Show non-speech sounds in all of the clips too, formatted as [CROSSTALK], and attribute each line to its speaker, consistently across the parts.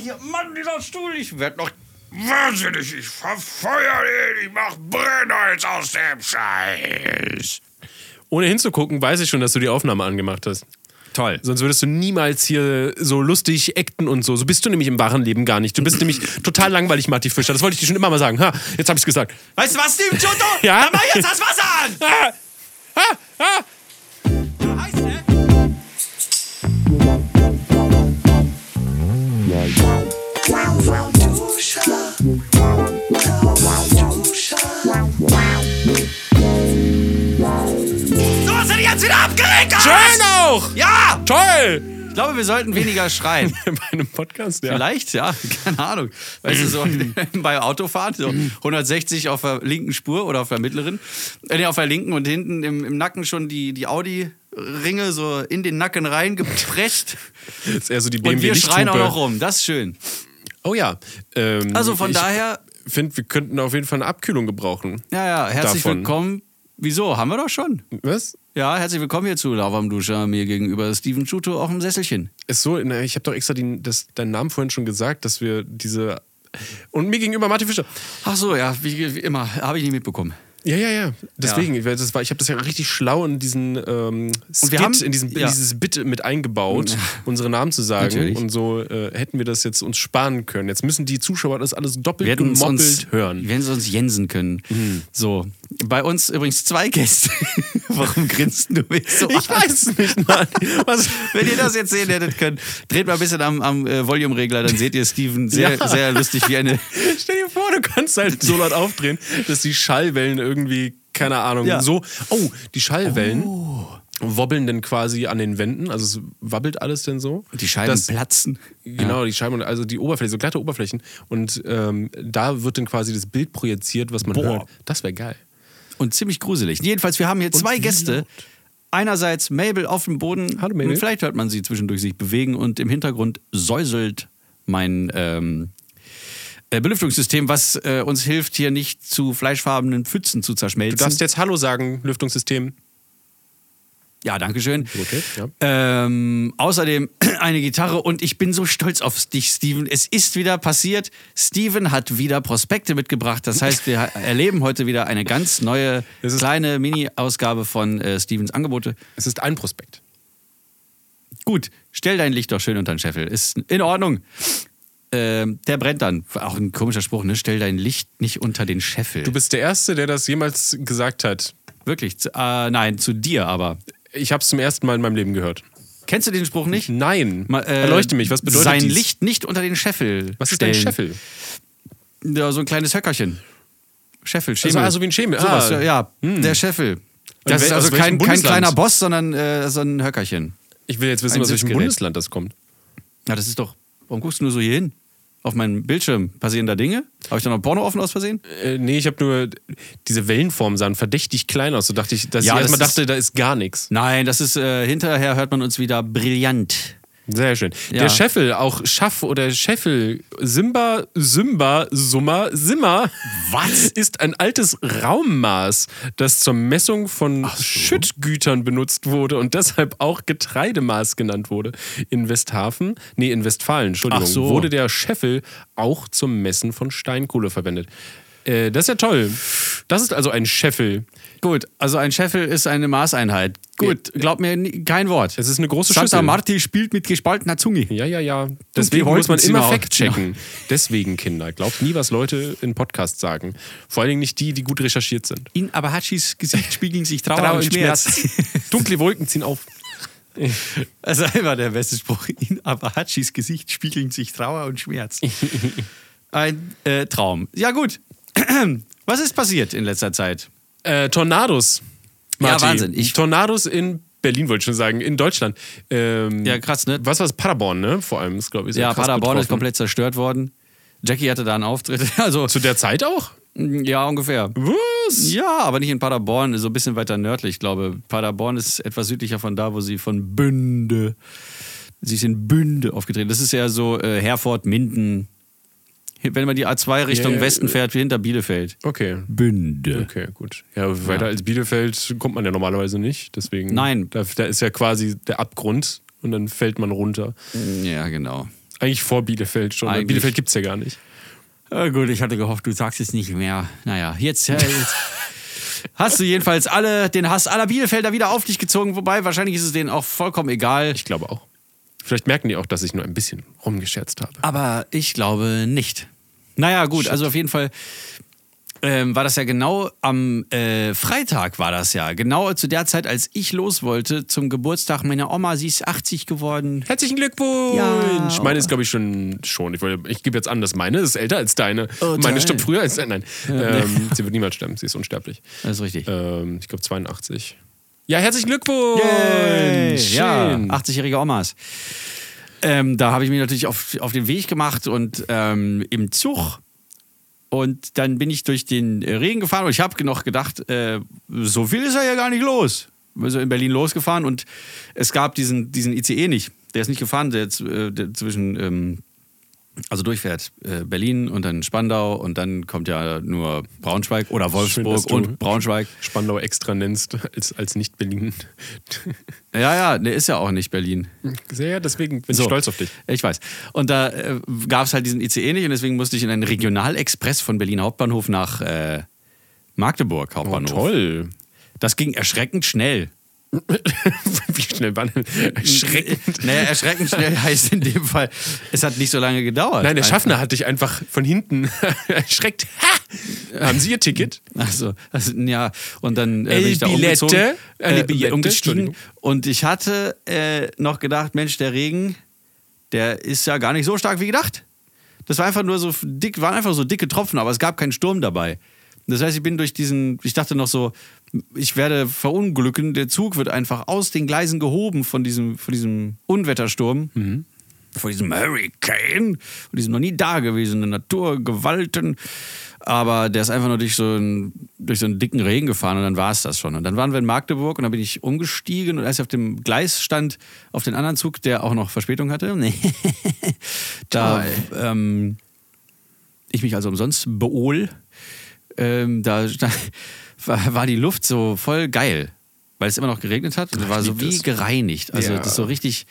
Speaker 1: hier, Mann, dieser Stuhl, ich werd noch wahnsinnig, ich verfeuer den, ich mach Brenner jetzt aus dem Scheiß.
Speaker 2: Ohne hinzugucken, weiß ich schon, dass du die Aufnahme angemacht hast.
Speaker 1: Toll.
Speaker 2: Sonst würdest du niemals hier so lustig acten und so. So bist du nämlich im wahren Leben gar nicht. Du
Speaker 1: [LAUGHS]
Speaker 2: bist nämlich total langweilig, Marty Fischer. Das wollte ich dir schon immer mal sagen. Ha, jetzt habe ich's gesagt.
Speaker 1: Weißt du was, Steven Giotto?
Speaker 2: Ja?
Speaker 1: Dann mach jetzt das Wasser an!
Speaker 2: Ah, ah, ah.
Speaker 1: Ja, heiß, ne? So, was hätte ich jetzt wieder abgeregt? Alter?
Speaker 2: Schön auch!
Speaker 1: Ja!
Speaker 2: Toll!
Speaker 1: Ich glaube, wir sollten weniger schreien.
Speaker 2: Bei einem Podcast, ja.
Speaker 1: Vielleicht, ja, [LAUGHS] keine Ahnung. Weißt du,
Speaker 2: [LAUGHS]
Speaker 1: so [LAUGHS] bei Autofahren, so 160 auf der linken Spur oder auf der mittleren, äh, nee, auf der linken und hinten im, im Nacken schon die, die Audi-Ringe so in den Nacken rein
Speaker 2: [LAUGHS]
Speaker 1: gepresst.
Speaker 2: Das ist eher so die
Speaker 1: Und
Speaker 2: BMW
Speaker 1: wir schreien auch
Speaker 2: Lichthupe.
Speaker 1: noch rum, das ist schön.
Speaker 2: Oh ja. Ähm,
Speaker 1: Also von
Speaker 2: ich
Speaker 1: daher,
Speaker 2: Ich finde, wir könnten auf jeden Fall eine Abkühlung gebrauchen.
Speaker 1: ja, ja, herzlich
Speaker 2: Davon.
Speaker 1: willkommen. Wieso, haben wir doch schon.
Speaker 2: Was?
Speaker 1: Ja, herzlich willkommen hier zu Lava am Duscher, mir gegenüber Steven Chuto auf dem Sesselchen.
Speaker 2: Ist so, na, ich habe doch extra den, das, deinen Namen vorhin schon gesagt, dass wir diese. Und mir gegenüber Martin Fischer.
Speaker 1: Ach so, ja, wie, wie immer, habe ich nicht mitbekommen.
Speaker 2: Ja, ja, ja. Deswegen, ich weil das war, ich habe das ja richtig schlau in diesen ähm, Skit,
Speaker 1: haben-
Speaker 2: in diesen,
Speaker 1: ja.
Speaker 2: in dieses Bit mit eingebaut, unsere Namen zu sagen.
Speaker 1: Natürlich.
Speaker 2: Und so äh, hätten wir das jetzt uns sparen können. Jetzt müssen die Zuschauer das alles doppelt
Speaker 1: Wir hätten es
Speaker 2: gemoppelt
Speaker 1: uns, Mhm.
Speaker 2: hören.
Speaker 1: Wir hätten es uns jensen können. So. Bei uns übrigens zwei Gäste. [LAUGHS] Warum grinst du mich so
Speaker 2: Ich
Speaker 1: an?
Speaker 2: weiß
Speaker 1: [LAUGHS]
Speaker 2: es nicht, Mann. Was?
Speaker 1: Wenn ihr das jetzt sehen hättet können, dreht mal ein bisschen am, am äh, Volume-Regler, dann seht ihr Steven sehr,
Speaker 2: Ja.
Speaker 1: sehr lustig wie eine.
Speaker 2: Stell dir vor, du kannst halt so laut aufdrehen, dass die Schallwellen irgendwie, keine Ahnung,
Speaker 1: Ja. Oh.
Speaker 2: so. Oh, die Schallwellen wobbeln dann quasi an den Wänden, also es wabbelt alles denn so.
Speaker 1: Die Scheiben
Speaker 2: dass-
Speaker 1: platzen.
Speaker 2: Genau, die Scheiben, und also die Oberfläche, so glatte Oberflächen. Und ähm, da wird dann quasi das Bild projiziert, was man
Speaker 1: Boah.
Speaker 2: hört. Das wäre geil.
Speaker 1: Und ziemlich gruselig. Jedenfalls, wir haben hier zwei
Speaker 2: wie
Speaker 1: Gäste. Einerseits Mabel auf dem Boden. Hm,
Speaker 2: Hallo, Mabel.
Speaker 1: Vielleicht hört man sie zwischendurch sich bewegen und im Hintergrund säuselt mein ähm, äh, Belüftungssystem, was äh, uns hilft, hier nicht zu fleischfarbenen Pfützen zu
Speaker 2: Du
Speaker 1: zerschmelzen.
Speaker 2: darfst jetzt Hallo sagen, Lüftungssystem.
Speaker 1: Ja, danke schön.
Speaker 2: Okay, ja.
Speaker 1: Ähm, außerdem [CLEARS THROAT] eine Gitarre und ich bin so stolz auf dich, Steven. Es ist wieder passiert. Steven hat wieder Prospekte mitgebracht. Das heißt,
Speaker 2: [LAUGHS]
Speaker 1: wir erleben heute wieder eine ganz neue
Speaker 2: Es ist-
Speaker 1: kleine Mini-Ausgabe von äh, Stevens Angebote.
Speaker 2: Es ist ein Prospekt.
Speaker 1: Gut, stell dein Licht doch schön unter den Scheffel. Ist in Ordnung. Ähm, der brennt dann. Auch ein komischer Spruch, ne? Stell dein Licht nicht unter den Scheffel.
Speaker 2: Du bist der Erste, der das jemals gesagt hat.
Speaker 1: Wirklich? Zu, äh, nein, zu dir aber.
Speaker 2: Ich habe es zum ersten Mal in meinem Leben gehört.
Speaker 1: Kennst du den Spruch nicht?
Speaker 2: Nein.
Speaker 1: Ma- äh,
Speaker 2: Erleuchte mich, was bedeutet
Speaker 1: Sein
Speaker 2: dies?
Speaker 1: Licht nicht unter den Scheffel.
Speaker 2: Was ist
Speaker 1: stellen.
Speaker 2: denn Scheffel?
Speaker 1: Ja, so ein kleines Höckerchen. Scheffel, Schemel.
Speaker 2: Also, also wie ein Schemel.
Speaker 1: Sowas,
Speaker 2: ah.
Speaker 1: ja, der Scheffel. Das
Speaker 2: wel-
Speaker 1: ist also
Speaker 2: aus welchem
Speaker 1: kein, kein
Speaker 2: Bundesland?
Speaker 1: kleiner Boss, sondern äh, so ein Höckerchen.
Speaker 2: Ich will jetzt wissen,
Speaker 1: Ein
Speaker 2: aus welchem
Speaker 1: Sitzgerät.
Speaker 2: Bundesland das kommt.
Speaker 1: Na, das ist doch. Warum guckst du nur so hier hin? Auf meinem Bildschirm passieren da Dinge? Habe ich da noch Porno offen aus Versehen?
Speaker 2: Äh, nee, ich habe nur diese Wellenformen sahen verdächtig klein aus. So dachte ich, dass
Speaker 1: Ja,
Speaker 2: ich
Speaker 1: das
Speaker 2: erstmal
Speaker 1: ist-
Speaker 2: dachte, da ist gar nichts.
Speaker 1: Nein, das ist äh, hinterher hört man uns wieder brillant.
Speaker 2: Sehr schön.
Speaker 1: Ja.
Speaker 2: Der Scheffel, auch Schaff oder Scheffel, Simba, Simba, Summa, Simmer.
Speaker 1: Was?
Speaker 2: [LAUGHS] Ist ein altes Raummaß, das zur Messung von Schüttgütern benutzt wurde und deshalb auch Getreidemaß genannt wurde. In Westhafen, nee, in Westfalen, Entschuldigung,
Speaker 1: Ach so.
Speaker 2: wurde der Scheffel auch zum Messen von Steinkohle verwendet. Äh, das ist ja toll. Das ist also ein Scheffel.
Speaker 1: Gut, also ein Scheffel ist eine Maßeinheit. Gut, glaub mir nie- kein Wort.
Speaker 2: Es ist eine große
Speaker 1: Santa
Speaker 2: Schüssel.
Speaker 1: Marti spielt mit gespaltener Zunge.
Speaker 2: Ja, ja, ja. Deswegen muss man
Speaker 1: wollten's
Speaker 2: immer
Speaker 1: überhaupt.
Speaker 2: fact-checken. Deswegen, Kinder, glaubt nie, was Leute in Podcasts sagen. Vor allen Dingen nicht die, die gut recherchiert sind.
Speaker 1: In Abahachis [LAUGHS] Gesicht spiegeln sich Trauer,
Speaker 2: Trauer
Speaker 1: und
Speaker 2: und
Speaker 1: Oh, Schmerz. [LAUGHS] Also
Speaker 2: Dunkle Wolken ziehen auf.
Speaker 1: Das ist immer der beste Spruch. In Abahachis Gesicht spiegeln sich Trauer und [LAUGHS] Schmerz. Ein äh, Traum. Ja, gut. [CLEARS THROAT] Was ist passiert in letzter Zeit?
Speaker 2: Äh, Tornados.
Speaker 1: Ja,
Speaker 2: Marty.
Speaker 1: Wahnsinn. Ich-
Speaker 2: Tornados in Berlin, wollte ich schon sagen, in Deutschland. Ähm,
Speaker 1: Ja, krass, ne?
Speaker 2: Was war es? Paderborn, ne? Vor allem ist, glaube ich, sehr
Speaker 1: Ja,
Speaker 2: krass
Speaker 1: Paderborn ist
Speaker 2: betroffen.
Speaker 1: komplett zerstört worden. Jackie hatte da einen Auftritt. [LAUGHS] Also,
Speaker 2: Zu der Zeit auch?
Speaker 1: ja, ungefähr.
Speaker 2: Was?
Speaker 1: Ja, aber nicht in Paderborn, so ein bisschen weiter nördlich, ich glaube. Paderborn ist etwas südlicher von da, wo sie von Bünde. Sie ist in Bünde aufgetreten. Das ist ja so äh, Herford, Minden. Wenn man die A2 Richtung
Speaker 2: Ja, ja,
Speaker 1: Westen
Speaker 2: äh,
Speaker 1: fährt, wie hinter Bielefeld.
Speaker 2: Okay.
Speaker 1: Bünde.
Speaker 2: Okay, gut. Ja, weiter als Bielefeld kommt man ja normalerweise nicht. Deswegen.
Speaker 1: Nein.
Speaker 2: Da, da ist ja quasi der Abgrund und dann fällt man runter.
Speaker 1: Ja, genau.
Speaker 2: Eigentlich vor Bielefeld schon. ne?
Speaker 1: Eigentlich.
Speaker 2: Bielefeld gibt es ja gar nicht.
Speaker 1: Ja, Äh, gut, ich hatte gehofft, du sagst es nicht mehr. Naja, jetzt, äh, jetzt [LAUGHS] hast du jedenfalls alle, den Hass aller Bielefelder wieder auf dich gezogen. Wobei, wahrscheinlich ist es denen auch vollkommen egal.
Speaker 2: Ich glaube auch. Vielleicht merken die auch, dass ich nur ein bisschen rumgescherzt habe.
Speaker 1: Aber ich glaube nicht. Naja, gut, also auf jeden Fall ähm, war das ja genau am äh, Freitag war das ja. Genau zu der Zeit, als ich los wollte zum Geburtstag meiner Oma. Sie ist 80 geworden.
Speaker 2: Herzlichen Glückwunsch!
Speaker 1: Ja.
Speaker 2: meine ist, glaube ich, schon. schon. Ich, wollte- ich gebe jetzt an, dass meine ist älter als deine.
Speaker 1: Oh,
Speaker 2: meine
Speaker 1: toll.
Speaker 2: stirbt früher als. äh, Nein, Ähm, sie wird niemals sterben, sie ist unsterblich.
Speaker 1: Das ist richtig.
Speaker 2: Ähm, ich glaube 82. Ja, herzlichen Glückwunsch!
Speaker 1: Yay! Ja,
Speaker 2: Schön.
Speaker 1: 80-jährige Omas. Ähm, da habe ich mich natürlich auf, auf den Weg gemacht und ähm, im Zug. Und dann bin ich durch den äh, Regen gefahren und ich habe noch gedacht, äh, so viel ist ja ja gar nicht los. Bin so in Berlin losgefahren und es gab diesen, diesen ICE nicht. Der ist nicht gefahren, der, z- äh, der zwischen, ähm, also durchfährt äh, Berlin und dann Spandau und dann kommt ja nur Braunschweig oder
Speaker 2: dass
Speaker 1: Wolfsburg
Speaker 2: du-
Speaker 1: und
Speaker 2: [LAUGHS]
Speaker 1: Braunschweig.
Speaker 2: Spandau extra nennst als, als nicht Berlin. [LAUGHS]
Speaker 1: Ja, ja, der ist ja auch nicht Berlin.
Speaker 2: Sehr, deswegen bin ich
Speaker 1: So.
Speaker 2: stolz auf dich.
Speaker 1: Ich weiß. Und da äh, gab es halt diesen ICE nicht und deswegen musste ich in einen Regionalexpress von Berlin Hauptbahnhof nach äh, Magdeburg Hauptbahnhof.
Speaker 2: Oh, toll. [LAUGHS]
Speaker 1: Das ging erschreckend schnell.
Speaker 2: Wie schnell war denn? Schrecken.
Speaker 1: Naja, erschreckend schnell [LAUGHS] heißt in dem Fall, es hat nicht so lange gedauert.
Speaker 2: Nein, der Schaffner hat dich einfach von hinten [LAUGHS] erschreckt. Ha! Haben Sie Ihr Ticket?
Speaker 1: Also, das, ja, und dann äh, bin
Speaker 2: El
Speaker 1: ich da
Speaker 2: Billette,
Speaker 1: umgezogen,
Speaker 2: eine Billette,
Speaker 1: umgestiegen.
Speaker 2: Entschuldigung.
Speaker 1: Und ich hatte äh, noch gedacht, Mensch, der Regen, der ist ja gar nicht so stark wie gedacht. Das war einfach nur so dick, waren einfach so dicke Tropfen, aber es gab keinen Sturm dabei. Das heißt, ich bin durch diesen, ich dachte noch so, ich werde verunglücken, der Zug wird einfach aus den Gleisen gehoben von diesem, von diesem Unwettersturm. Von diesem Hurricane, von diesen noch nie dagewesenen Naturgewalten. Aber der ist einfach nur durch so, einen, durch so einen dicken Regen gefahren und dann war es das schon. Und dann waren wir in Magdeburg und dann bin ich umgestiegen und als ich auf dem Gleis stand, auf den anderen Zug, der auch noch Verspätung hatte, [LAUGHS] da ähm, ich mich also umsonst beohl, ähm, da sta- war, war die Luft so voll geil, weil es immer noch geregnet hat. Und war so
Speaker 2: lieb
Speaker 1: wie
Speaker 2: das.
Speaker 1: gereinigt. Also
Speaker 2: Ja.
Speaker 1: das ist so richtig.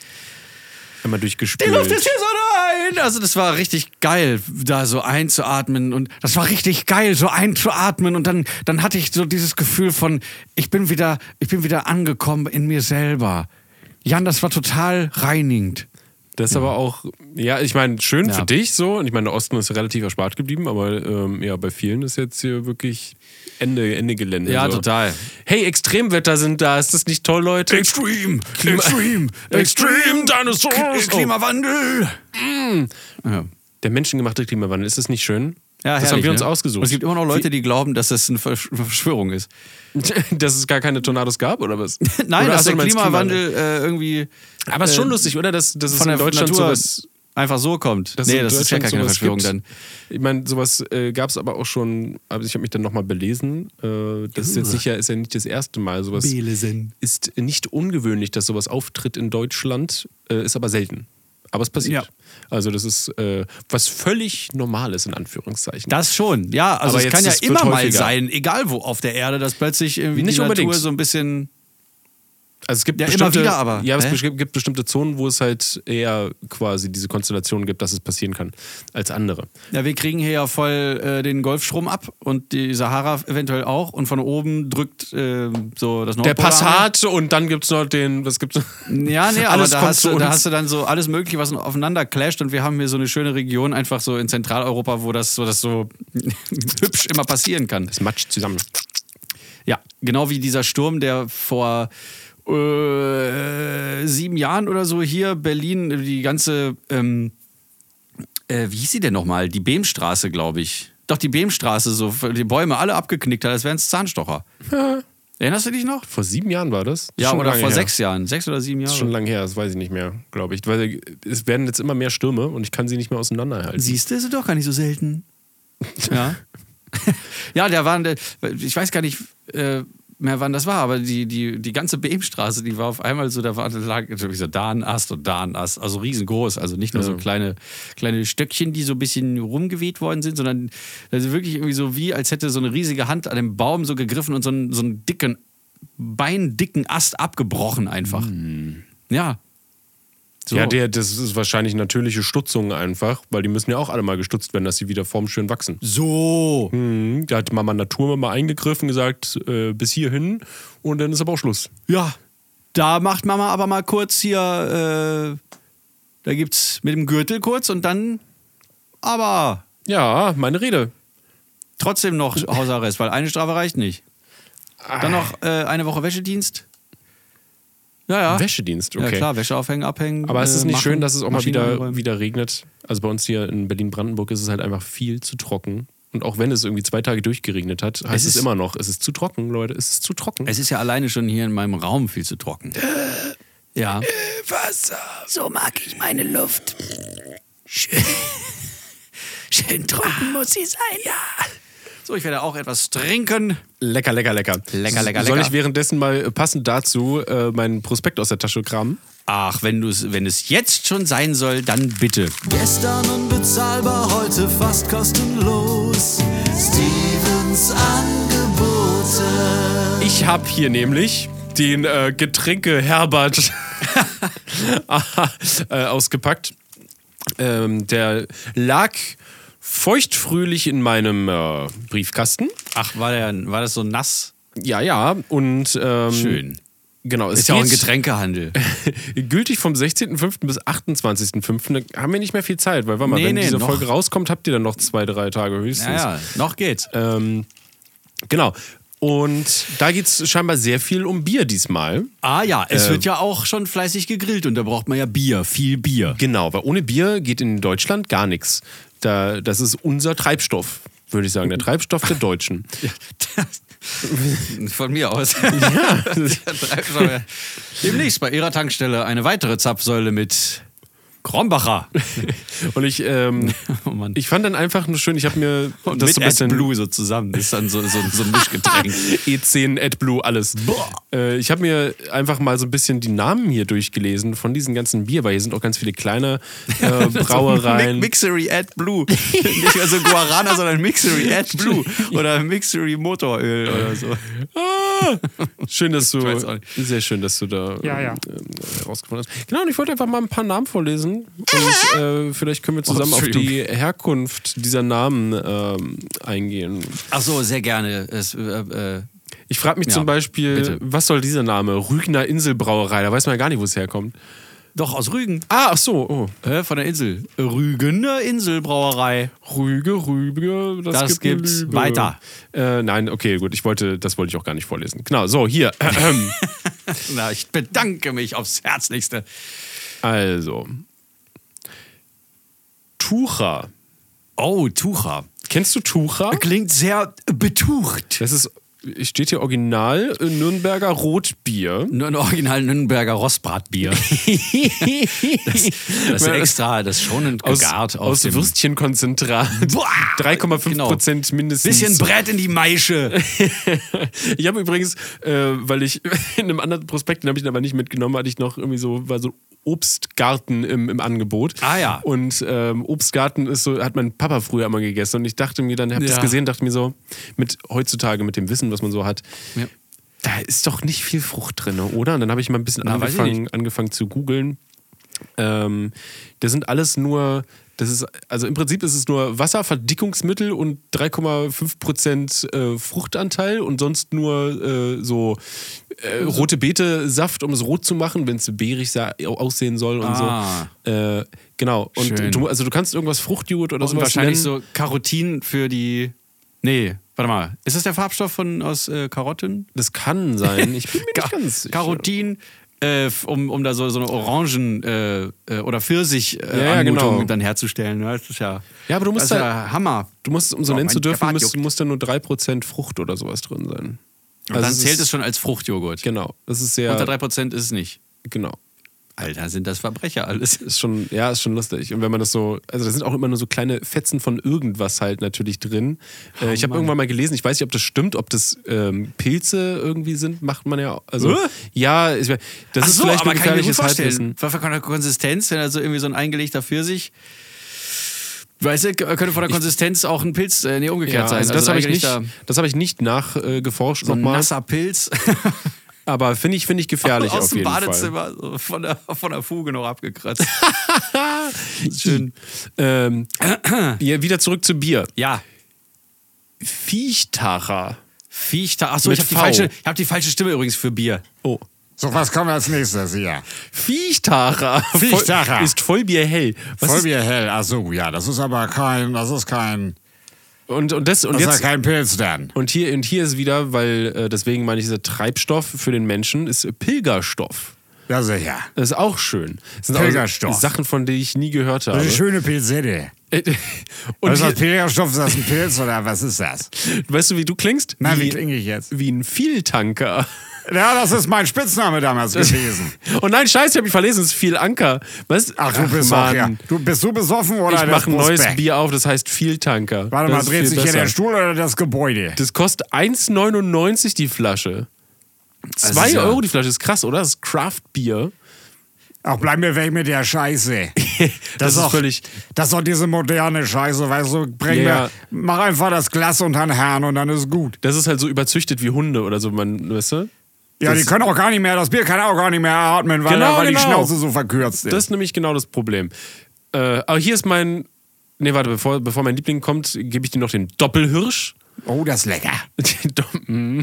Speaker 2: Einmal durchgespült.
Speaker 1: Die Luft ist hier so rein! Also, das war richtig geil, da so einzuatmen. Und das war richtig geil, so einzuatmen. Und dann, dann hatte ich so dieses Gefühl von, ich bin wieder, ich bin wieder angekommen in mir selber. Jan, das war total reinigend.
Speaker 2: Das ist aber auch, ja, ich meine, schön
Speaker 1: Ja.
Speaker 2: für dich so. Und ich meine, der Osten ist relativ erspart geblieben, aber ähm, ja, bei vielen ist jetzt hier wirklich Ende, Ende Gelände.
Speaker 1: Ja,
Speaker 2: so.
Speaker 1: total.
Speaker 2: Hey, Extremwetter sind da. Ist das nicht toll, Leute?
Speaker 1: Extrem,
Speaker 2: Klima- Extreme Dinosaurs. Oh. Mm.
Speaker 1: Klimawandel. Ja.
Speaker 2: Der menschengemachte Klimawandel, ist das nicht schön?
Speaker 1: Ja,
Speaker 2: das
Speaker 1: herrlich,
Speaker 2: haben wir uns
Speaker 1: ne?
Speaker 2: ausgesucht.
Speaker 1: Und es gibt immer noch Leute, die glauben, dass das eine Versch- Verschwörung ist.
Speaker 2: [LAUGHS] dass es gar keine Tornados gab, oder
Speaker 1: [LAUGHS]
Speaker 2: was?
Speaker 1: Nein,
Speaker 2: oder
Speaker 1: dass
Speaker 2: hast du
Speaker 1: der
Speaker 2: meinst
Speaker 1: Klimawandel äh, irgendwie
Speaker 2: Aber es ist schon
Speaker 1: äh,
Speaker 2: lustig, oder? Dass, dass es
Speaker 1: von
Speaker 2: in
Speaker 1: der
Speaker 2: Deutschland
Speaker 1: Natur
Speaker 2: sowas.
Speaker 1: einfach so kommt.
Speaker 2: dass es
Speaker 1: nee,
Speaker 2: in
Speaker 1: das ist ja
Speaker 2: Deutschland
Speaker 1: gar keine
Speaker 2: sowas
Speaker 1: Verschwörung
Speaker 2: gibt.
Speaker 1: dann.
Speaker 2: Ich meine, sowas äh, gab es aber auch schon, aber ich habe mich dann nochmal belesen. Äh, das ist jetzt sicher, ist ja nicht das erste Mal. Sowas
Speaker 1: Belesen.
Speaker 2: ist nicht ungewöhnlich, dass sowas auftritt in Deutschland, äh, ist aber selten. Aber es passiert.
Speaker 1: Ja.
Speaker 2: Also, das ist äh, was völlig Normales, in Anführungszeichen.
Speaker 1: Das schon, ja. Also
Speaker 2: Aber
Speaker 1: es
Speaker 2: jetzt
Speaker 1: kann ja
Speaker 2: ist- wird
Speaker 1: immer mal
Speaker 2: häufiger.
Speaker 1: sein, egal wo auf der Erde, dass plötzlich irgendwie
Speaker 2: Nicht
Speaker 1: die Natur
Speaker 2: unbedingt.
Speaker 1: so ein bisschen.
Speaker 2: Also es gibt
Speaker 1: Ja, immer
Speaker 2: bestimmte,
Speaker 1: wieder aber,
Speaker 2: Ja, es
Speaker 1: hä?
Speaker 2: besch- gibt bestimmte Zonen, wo es halt eher quasi diese Konstellationen gibt, dass es passieren kann, als andere.
Speaker 1: Ja, wir kriegen hier ja voll äh, den Golfstrom ab und die Sahara eventuell auch und von oben drückt äh, so das
Speaker 2: Der
Speaker 1: Nordpolarhaar.
Speaker 2: Passat und dann gibt es noch den, was gibt's?
Speaker 1: Ja, nee, aber
Speaker 2: Alles
Speaker 1: da
Speaker 2: kommt
Speaker 1: hast,
Speaker 2: zu
Speaker 1: du, da
Speaker 2: uns.
Speaker 1: hast du dann so alles Mögliche, was aufeinander clasht. Und wir haben hier so eine schöne Region, einfach so in Zentraleuropa, wo das so, das so [LAUGHS] hübsch immer passieren kann.
Speaker 2: Das matscht zusammen.
Speaker 1: Ja, genau wie dieser Sturm, der vor äh, sieben Jahren oder so hier Berlin, die ganze, ähm, äh, wie hieß sie denn nochmal? Die Behmstraße, glaube ich. Doch, die Behmstraße, so die Bäume alle abgeknickt hat, als wären es Zahnstocher. Erinnerst du dich noch?
Speaker 2: Vor sieben Jahren war das?
Speaker 1: Ja,
Speaker 2: Schon
Speaker 1: oder
Speaker 2: lange
Speaker 1: vor
Speaker 2: her.
Speaker 1: sechs Jahren. Sechs oder sieben
Speaker 2: Schon
Speaker 1: Jahre.
Speaker 2: lange her, das weiß ich nicht mehr, glaube ich. Weil äh, es werden jetzt immer mehr Stürme und ich kann sie nicht mehr auseinanderhalten.
Speaker 1: Siehst du, ist doch gar nicht so [LAUGHS] selten. Ja. ja, der war, der- ich weiß gar nicht äh, mehr, wann das war, aber die, die, die ganze BM-Straße, die war auf einmal so, da war, da lag natürlich so da ein Ast und da ein Ast, also riesengroß, also nicht nur so kleine, kleine Stöckchen, die so ein bisschen rumgeweht worden sind, sondern also wirklich irgendwie so wie, als hätte so eine riesige Hand an dem Baum so gegriffen und so einen, so einen dicken, beindicken Ast abgebrochen einfach. Hm. Ja. So.
Speaker 2: Ja, der, das ist wahrscheinlich natürliche Stutzung einfach, weil die müssen ja auch alle mal gestutzt werden, dass sie wieder formschön wachsen.
Speaker 1: so.
Speaker 2: Mhm, Da hat Mama Natur mal eingegriffen, gesagt, äh, bis hierhin und dann ist aber auch Schluss.
Speaker 1: Ja, da macht Mama aber mal kurz hier, äh, da gibt's mit dem Gürtel kurz und dann aber
Speaker 2: Ja, meine Rede.
Speaker 1: trotzdem
Speaker 2: [LAUGHS]
Speaker 1: noch Hausarrest, weil eine Strafe reicht nicht. Dann
Speaker 2: Ah,
Speaker 1: noch äh, eine Woche Wäschedienst. Naja.
Speaker 2: Wäschedienst,
Speaker 1: Ja
Speaker 2: okay.
Speaker 1: klar, Wäsche aufhängen, abhängen.
Speaker 2: aber es ist
Speaker 1: äh,
Speaker 2: nicht
Speaker 1: machen,
Speaker 2: schön, dass es auch mal
Speaker 1: Maschinen
Speaker 2: wieder,
Speaker 1: einräumen.
Speaker 2: wieder regnet. Also bei uns hier in Berlin-Brandenburg ist es halt einfach viel zu trocken. Und auch wenn es irgendwie zwei Tage durchgeregnet hat, heißt es,
Speaker 1: ist-
Speaker 2: immer noch, es ist zu trocken, Leute, es ist zu trocken.
Speaker 1: Es ist ja alleine schon hier in meinem Raum viel zu
Speaker 2: [LAUGHS]
Speaker 1: trocken. Ja.
Speaker 2: Wasser.
Speaker 1: So mag ich meine Luft. Schön, schön trocken muss sie sein, ja. So, ich werde auch etwas trinken.
Speaker 2: Lecker, lecker, lecker.
Speaker 1: Lecker, lecker,
Speaker 2: Soll
Speaker 1: lecker.
Speaker 2: ich währenddessen mal äh, passend dazu äh, meinen Prospekt aus der Tasche kramen?
Speaker 1: Ach, wenn, du's, wenn es jetzt schon sein soll, dann bitte.
Speaker 3: Gestern unbezahlbar, heute fast kostenlos. Stevens Angebote.
Speaker 2: Ich habe hier nämlich den äh, Getränke [LAUGHS] Herbert äh, ausgepackt. Ähm, der lag feuchtfröhlich in meinem äh, Briefkasten.
Speaker 1: Ach, war, der, war das so nass?
Speaker 2: Ja, ja. Und ähm,
Speaker 1: Schön.
Speaker 2: Genau, es
Speaker 1: Hm. Ist ja auch ein
Speaker 2: geht-
Speaker 1: Getränkehandel.
Speaker 2: [LAUGHS] Gültig vom 16.05. bis 28.05. Da haben wir nicht mehr viel Zeit, weil, warte mal,
Speaker 1: Nee,
Speaker 2: wenn
Speaker 1: nee,
Speaker 2: diese
Speaker 1: noch-
Speaker 2: Folge rauskommt, habt ihr dann noch zwei, drei Tage höchstens.
Speaker 1: Naja, noch geht's.
Speaker 2: Ähm, genau. Und da geht es scheinbar sehr viel um Bier diesmal.
Speaker 1: Ah ja, es wird ja auch schon fleißig gegrillt und da braucht man ja Bier, viel Bier.
Speaker 2: Genau, weil ohne Bier geht in Deutschland gar nichts. Da, das ist unser Treibstoff, würde ich
Speaker 1: [LAUGHS]
Speaker 2: sagen, der Treibstoff der Deutschen.
Speaker 1: Von mir aus.
Speaker 2: ja,
Speaker 1: [LAUGHS] Demnächst bei Ihrer Tankstelle eine weitere Zapfsäule mit Krombacher.
Speaker 2: und ich, ähm,
Speaker 1: [LAUGHS] Oh Mann.
Speaker 2: ich fand dann einfach nur schön, ich habe mir
Speaker 1: Und
Speaker 2: das
Speaker 1: mit
Speaker 2: so ein bisschen...
Speaker 1: AdBlue so zusammen. Das ist dann so, so, so ein Mischgetränk. [LAUGHS]
Speaker 2: [LAUGHS] E10, E AdBlue, alles. Äh, ich habe mir einfach mal so ein bisschen die Namen hier durchgelesen von diesen ganzen Bier, weil hier sind auch ganz viele kleine
Speaker 1: [LAUGHS]
Speaker 2: äh, Brauereien.
Speaker 1: Mi- Mixery AdBlue. Nicht also Guarana, sondern Mixery AdBlue. Oder Mixery Motoröl oder so.
Speaker 2: Ah!
Speaker 1: [LAUGHS]
Speaker 2: Schön, dass du.
Speaker 1: weiß auch nicht.
Speaker 2: Sehr schön, dass du da ähm, rausgefunden hast. Genau, und ich wollte einfach mal ein paar Namen vorlesen. Und äh, vielleicht können wir zusammen auf die
Speaker 1: Entschuldigung.
Speaker 2: Herkunft dieser Namen ähm, eingehen.
Speaker 1: Ach so, sehr gerne. Es, äh, äh,
Speaker 2: Ich frage mich
Speaker 1: Ja,
Speaker 2: zum Beispiel,
Speaker 1: bitte.
Speaker 2: was soll dieser Name? Rügner Inselbrauerei, da weiß man ja gar nicht, wo es herkommt.
Speaker 1: doch, aus Rügen.
Speaker 2: Ah, ach so, oh.
Speaker 1: Äh, von der Insel. Rügener Inselbrauerei.
Speaker 2: Rüge, Rüge, das,
Speaker 1: Das
Speaker 2: gibt
Speaker 1: gibt's.
Speaker 2: Lüge.
Speaker 1: Weiter.
Speaker 2: Äh, nein, okay, gut, ich wollte, das wollte ich auch gar nicht vorlesen. Genau,
Speaker 1: [LAUGHS]
Speaker 2: so, hier.
Speaker 1: Na, ich bedanke mich aufs Herzlichste.
Speaker 2: also. Tucher.
Speaker 1: Oh, Tucher.
Speaker 2: Kennst du Tucher?
Speaker 1: Klingt sehr betucht.
Speaker 2: Das ist, steht hier original, äh, Nürnberger Rotbier.
Speaker 1: Nur ein original Nürnberger [LAUGHS] Rostbratbier.
Speaker 2: das, [LAUGHS]
Speaker 1: Das ist extra, das schonend
Speaker 2: aus,
Speaker 1: gegart aus,
Speaker 2: aus
Speaker 1: dem
Speaker 2: Würstchenkonzentrat. [LAUGHS]
Speaker 1: Boah!
Speaker 2: 3,5
Speaker 1: Genau.
Speaker 2: Prozent mindestens.
Speaker 1: Bisschen Brett in die Maische.
Speaker 2: [LAUGHS] Ich habe übrigens, äh, weil ich [LAUGHS] in einem anderen Prospekt, den habe ich dann aber nicht mitgenommen, hatte ich noch irgendwie so, war so Obstgarten im, im Angebot.
Speaker 1: Ah, ja.
Speaker 2: Und ähm, Obstgarten ist so, hat mein Papa früher immer gegessen und ich dachte mir dann, habe
Speaker 1: Ja.
Speaker 2: das gesehen, dachte mir so, mit heutzutage, mit dem Wissen, was man so hat,
Speaker 1: Ja.
Speaker 2: da ist doch nicht viel Frucht drin, ne? oder? Und dann habe ich mal ein bisschen
Speaker 1: Na, weiß ich
Speaker 2: angefangen, angefangen zu googeln. Ähm, das sind alles nur, das ist, also im Prinzip ist es nur Wasser, Verdickungsmittel und 3,5% äh, Fruchtanteil und sonst nur äh, so äh,
Speaker 1: Also
Speaker 2: rote Beete, Saft, um es rot zu machen, wenn es beerig sa- aussehen soll und
Speaker 1: Ah.
Speaker 2: so. Äh, genau.
Speaker 1: Schön.
Speaker 2: Und du, also du kannst irgendwas Fruchtjoghurt oder
Speaker 1: Und
Speaker 2: sowas
Speaker 1: wahrscheinlich
Speaker 2: nennen.
Speaker 1: so Carotin für die. Nee, warte mal. Ist das der Farbstoff von, aus äh, Karotten?
Speaker 2: Das kann sein. Ich
Speaker 1: [LAUGHS]
Speaker 2: bin mir nicht ganz. Ich,
Speaker 1: Carotin, äh, f- um, um da so, so eine Orangen- äh, äh, oder Pfirsich-Anmutung äh,
Speaker 2: Ja, ja,
Speaker 1: Anmutung
Speaker 2: genau.
Speaker 1: dann herzustellen. ne? Das ist ja,
Speaker 2: Ja, aber du musst
Speaker 1: das ist
Speaker 2: da-
Speaker 1: ja Hammer.
Speaker 2: Du musst, um so
Speaker 1: Oh,
Speaker 2: nennen zu
Speaker 1: mein
Speaker 2: dürfen,
Speaker 1: Bart
Speaker 2: musst,
Speaker 1: juckt.
Speaker 2: musst da nur 3% Frucht oder sowas drin sein. Also
Speaker 1: Und dann zählt
Speaker 2: ist-
Speaker 1: Also es schon als Fruchtjoghurt.
Speaker 2: Genau. Das ist sehr.
Speaker 1: Unter 3% ist es nicht.
Speaker 2: genau.
Speaker 1: Alter, sind das Verbrecher alles.
Speaker 2: Ist schon, ja, ist schon lustig. Und wenn man das so, also da sind auch immer nur so kleine Fetzen von irgendwas halt natürlich drin.
Speaker 1: Oh
Speaker 2: äh, ich habe irgendwann mal gelesen, ich weiß nicht, ob das stimmt, ob das ähm, Pilze irgendwie sind, macht man ja. Also,
Speaker 1: Äh?
Speaker 2: ja, ich, mein, das
Speaker 1: Ach
Speaker 2: ist
Speaker 1: so,
Speaker 2: vielleicht
Speaker 1: aber
Speaker 2: ein
Speaker 1: kann ich mir gut
Speaker 2: gefährliches
Speaker 1: vorstellen.
Speaker 2: Halbwissen.
Speaker 1: Von von der Konsistenz, wenn also irgendwie so ein eingelegter Pfirsich, weißt du, könnte von der Konsistenz auch ein Pilz, äh, nee, umgekehrt
Speaker 2: Ja,
Speaker 1: sein.
Speaker 2: also das
Speaker 1: ein
Speaker 2: habe ich nicht,
Speaker 1: eingelegter-
Speaker 2: das habe ich nicht nachgeforscht äh, geforscht
Speaker 1: So ein
Speaker 2: nochmal.
Speaker 1: nasser Pilz.
Speaker 2: [LAUGHS] Aber finde ich, finde ich gefährlich
Speaker 1: Aus
Speaker 2: auf
Speaker 1: dem
Speaker 2: jeden
Speaker 1: Badezimmer so von der, von der Fuge noch
Speaker 2: [LAUGHS]
Speaker 1: abgekratzt. Schön.
Speaker 2: Fall.
Speaker 4: [CLEARS THROAT]
Speaker 2: Ähm, ja, wieder zurück zu Bier.
Speaker 1: Ja.
Speaker 2: Viechtacher.
Speaker 1: Viechtacher. Achso, ich
Speaker 2: Mit
Speaker 1: habe die,
Speaker 2: V.
Speaker 1: falsche- ich hab die falsche Stimme übrigens für Bier.
Speaker 2: Oh.
Speaker 4: So, was kommt als nächstes hier?
Speaker 2: Viechtacher.
Speaker 4: Viechtacher.
Speaker 2: Voll, ist Vollbier hell. Was ist,
Speaker 4: Vollbier hell, ach so, ja, das ist aber kein, das ist kein,
Speaker 2: und, und das, und
Speaker 4: das ist
Speaker 2: jetzt,
Speaker 4: ja kein Pilz dann.
Speaker 2: und hier, und hier ist wieder, weil, äh, deswegen meine ich, dieser Treibstoff für den Menschen ist Pilgerstoff.
Speaker 4: Ja, sicher.
Speaker 2: Das ist auch schön. Das sind
Speaker 4: Pilgerstoff.
Speaker 2: Auch Sachen, von denen ich nie gehört habe.
Speaker 4: Das ist eine schöne Pilzette.
Speaker 2: Äh, Also-
Speaker 4: [LAUGHS]
Speaker 2: Und
Speaker 4: Ist das
Speaker 2: hier,
Speaker 4: Pilgerstoff, ist das ein Pilz oder was ist das?
Speaker 2: weißt du, wie du klingst?
Speaker 4: Na, wie
Speaker 2: wie,
Speaker 4: klinge ich jetzt?
Speaker 2: wie ein Vieltanker. [LAUGHS]
Speaker 4: Ja, das ist mein Spitzname damals gewesen.
Speaker 2: Oh nein, scheiße, ich habe mich verlesen, es ist viel Anker. Was?
Speaker 4: Ach, du bist
Speaker 2: Mann.
Speaker 4: auch ja. Du bist du besoffen oder
Speaker 2: Ich
Speaker 4: das
Speaker 2: mache ein neues
Speaker 4: Prospekt?
Speaker 2: Bier auf, das heißt Vieltanker. das
Speaker 4: Warte mal,
Speaker 2: ist
Speaker 4: dreht
Speaker 2: viel
Speaker 4: sich hier
Speaker 2: besser.
Speaker 4: der Stuhl oder das Gebäude?
Speaker 2: Das kostet 1,99 die Flasche. 2
Speaker 1: Also ist ja-
Speaker 2: Euro die Flasche, ist krass, oder? Das ist Craft
Speaker 4: [LAUGHS]
Speaker 2: Bier.
Speaker 4: Ach, bleib mir weg mit der Scheiße.
Speaker 2: [LAUGHS] Das, ist
Speaker 4: auch,
Speaker 2: völlig.
Speaker 4: Das ist doch diese moderne Scheiße, weißt du, bring
Speaker 2: Ja, ja.
Speaker 4: mir, mach einfach das Glas unter den Herrn und dann ist gut.
Speaker 2: Das ist halt so überzüchtet wie Hunde oder so, man, weißt du?
Speaker 4: Ja, die können auch gar nicht mehr, das Bier kann auch gar nicht mehr atmen, weil,
Speaker 2: Genau,
Speaker 4: weil die
Speaker 2: genau.
Speaker 4: Schnauze so verkürzt ist.
Speaker 2: Das ist nämlich genau das Problem. Äh, aber hier ist mein. Nee, warte, bevor, bevor mein Liebling kommt, gebe ich dir noch den Doppelhirsch. [LAUGHS]
Speaker 4: oh, das ist lecker.
Speaker 2: Den [LAUGHS] Dom- Mm.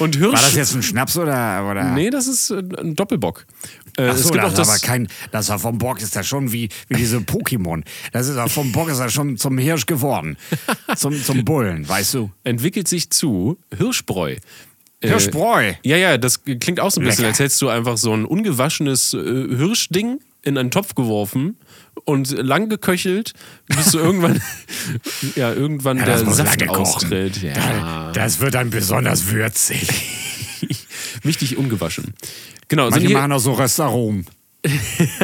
Speaker 2: Und Hirsch.
Speaker 4: Mhm. War das jetzt ein Schnaps oder? oder?
Speaker 2: Nee, das ist äh, ein Doppelbock. Äh,
Speaker 4: Ach so,
Speaker 2: es gibt
Speaker 4: das
Speaker 2: auch
Speaker 4: ist
Speaker 2: das.
Speaker 4: aber kein, das war vom Bock ist das schon wie, wie diese Pokémon. Das ist auch vom Bock ist das schon zum Hirsch geworden. Zum, zum Bullen, weißt du?
Speaker 2: entwickelt sich zu Hirschbräu. Äh,
Speaker 4: Hirschbräu.
Speaker 2: Ja, ja, das klingt auch so ein bisschen,
Speaker 4: Lecker.
Speaker 2: als hättest du einfach so ein ungewaschenes äh, Hirschding in einen Topf geworfen und lang geköchelt, bis du irgendwann,
Speaker 4: [LAUGHS]
Speaker 2: ja, irgendwann
Speaker 4: Ja,
Speaker 2: der
Speaker 4: muss
Speaker 2: Saft
Speaker 4: lange kochen.
Speaker 2: austritt. Ja. Also
Speaker 4: Da- Das wird dann besonders würzig.
Speaker 2: [LAUGHS] Wichtig ungewaschen. Genau, also
Speaker 4: Manche
Speaker 2: hier,
Speaker 4: machen auch so Röstaromen.
Speaker 2: [LAUGHS]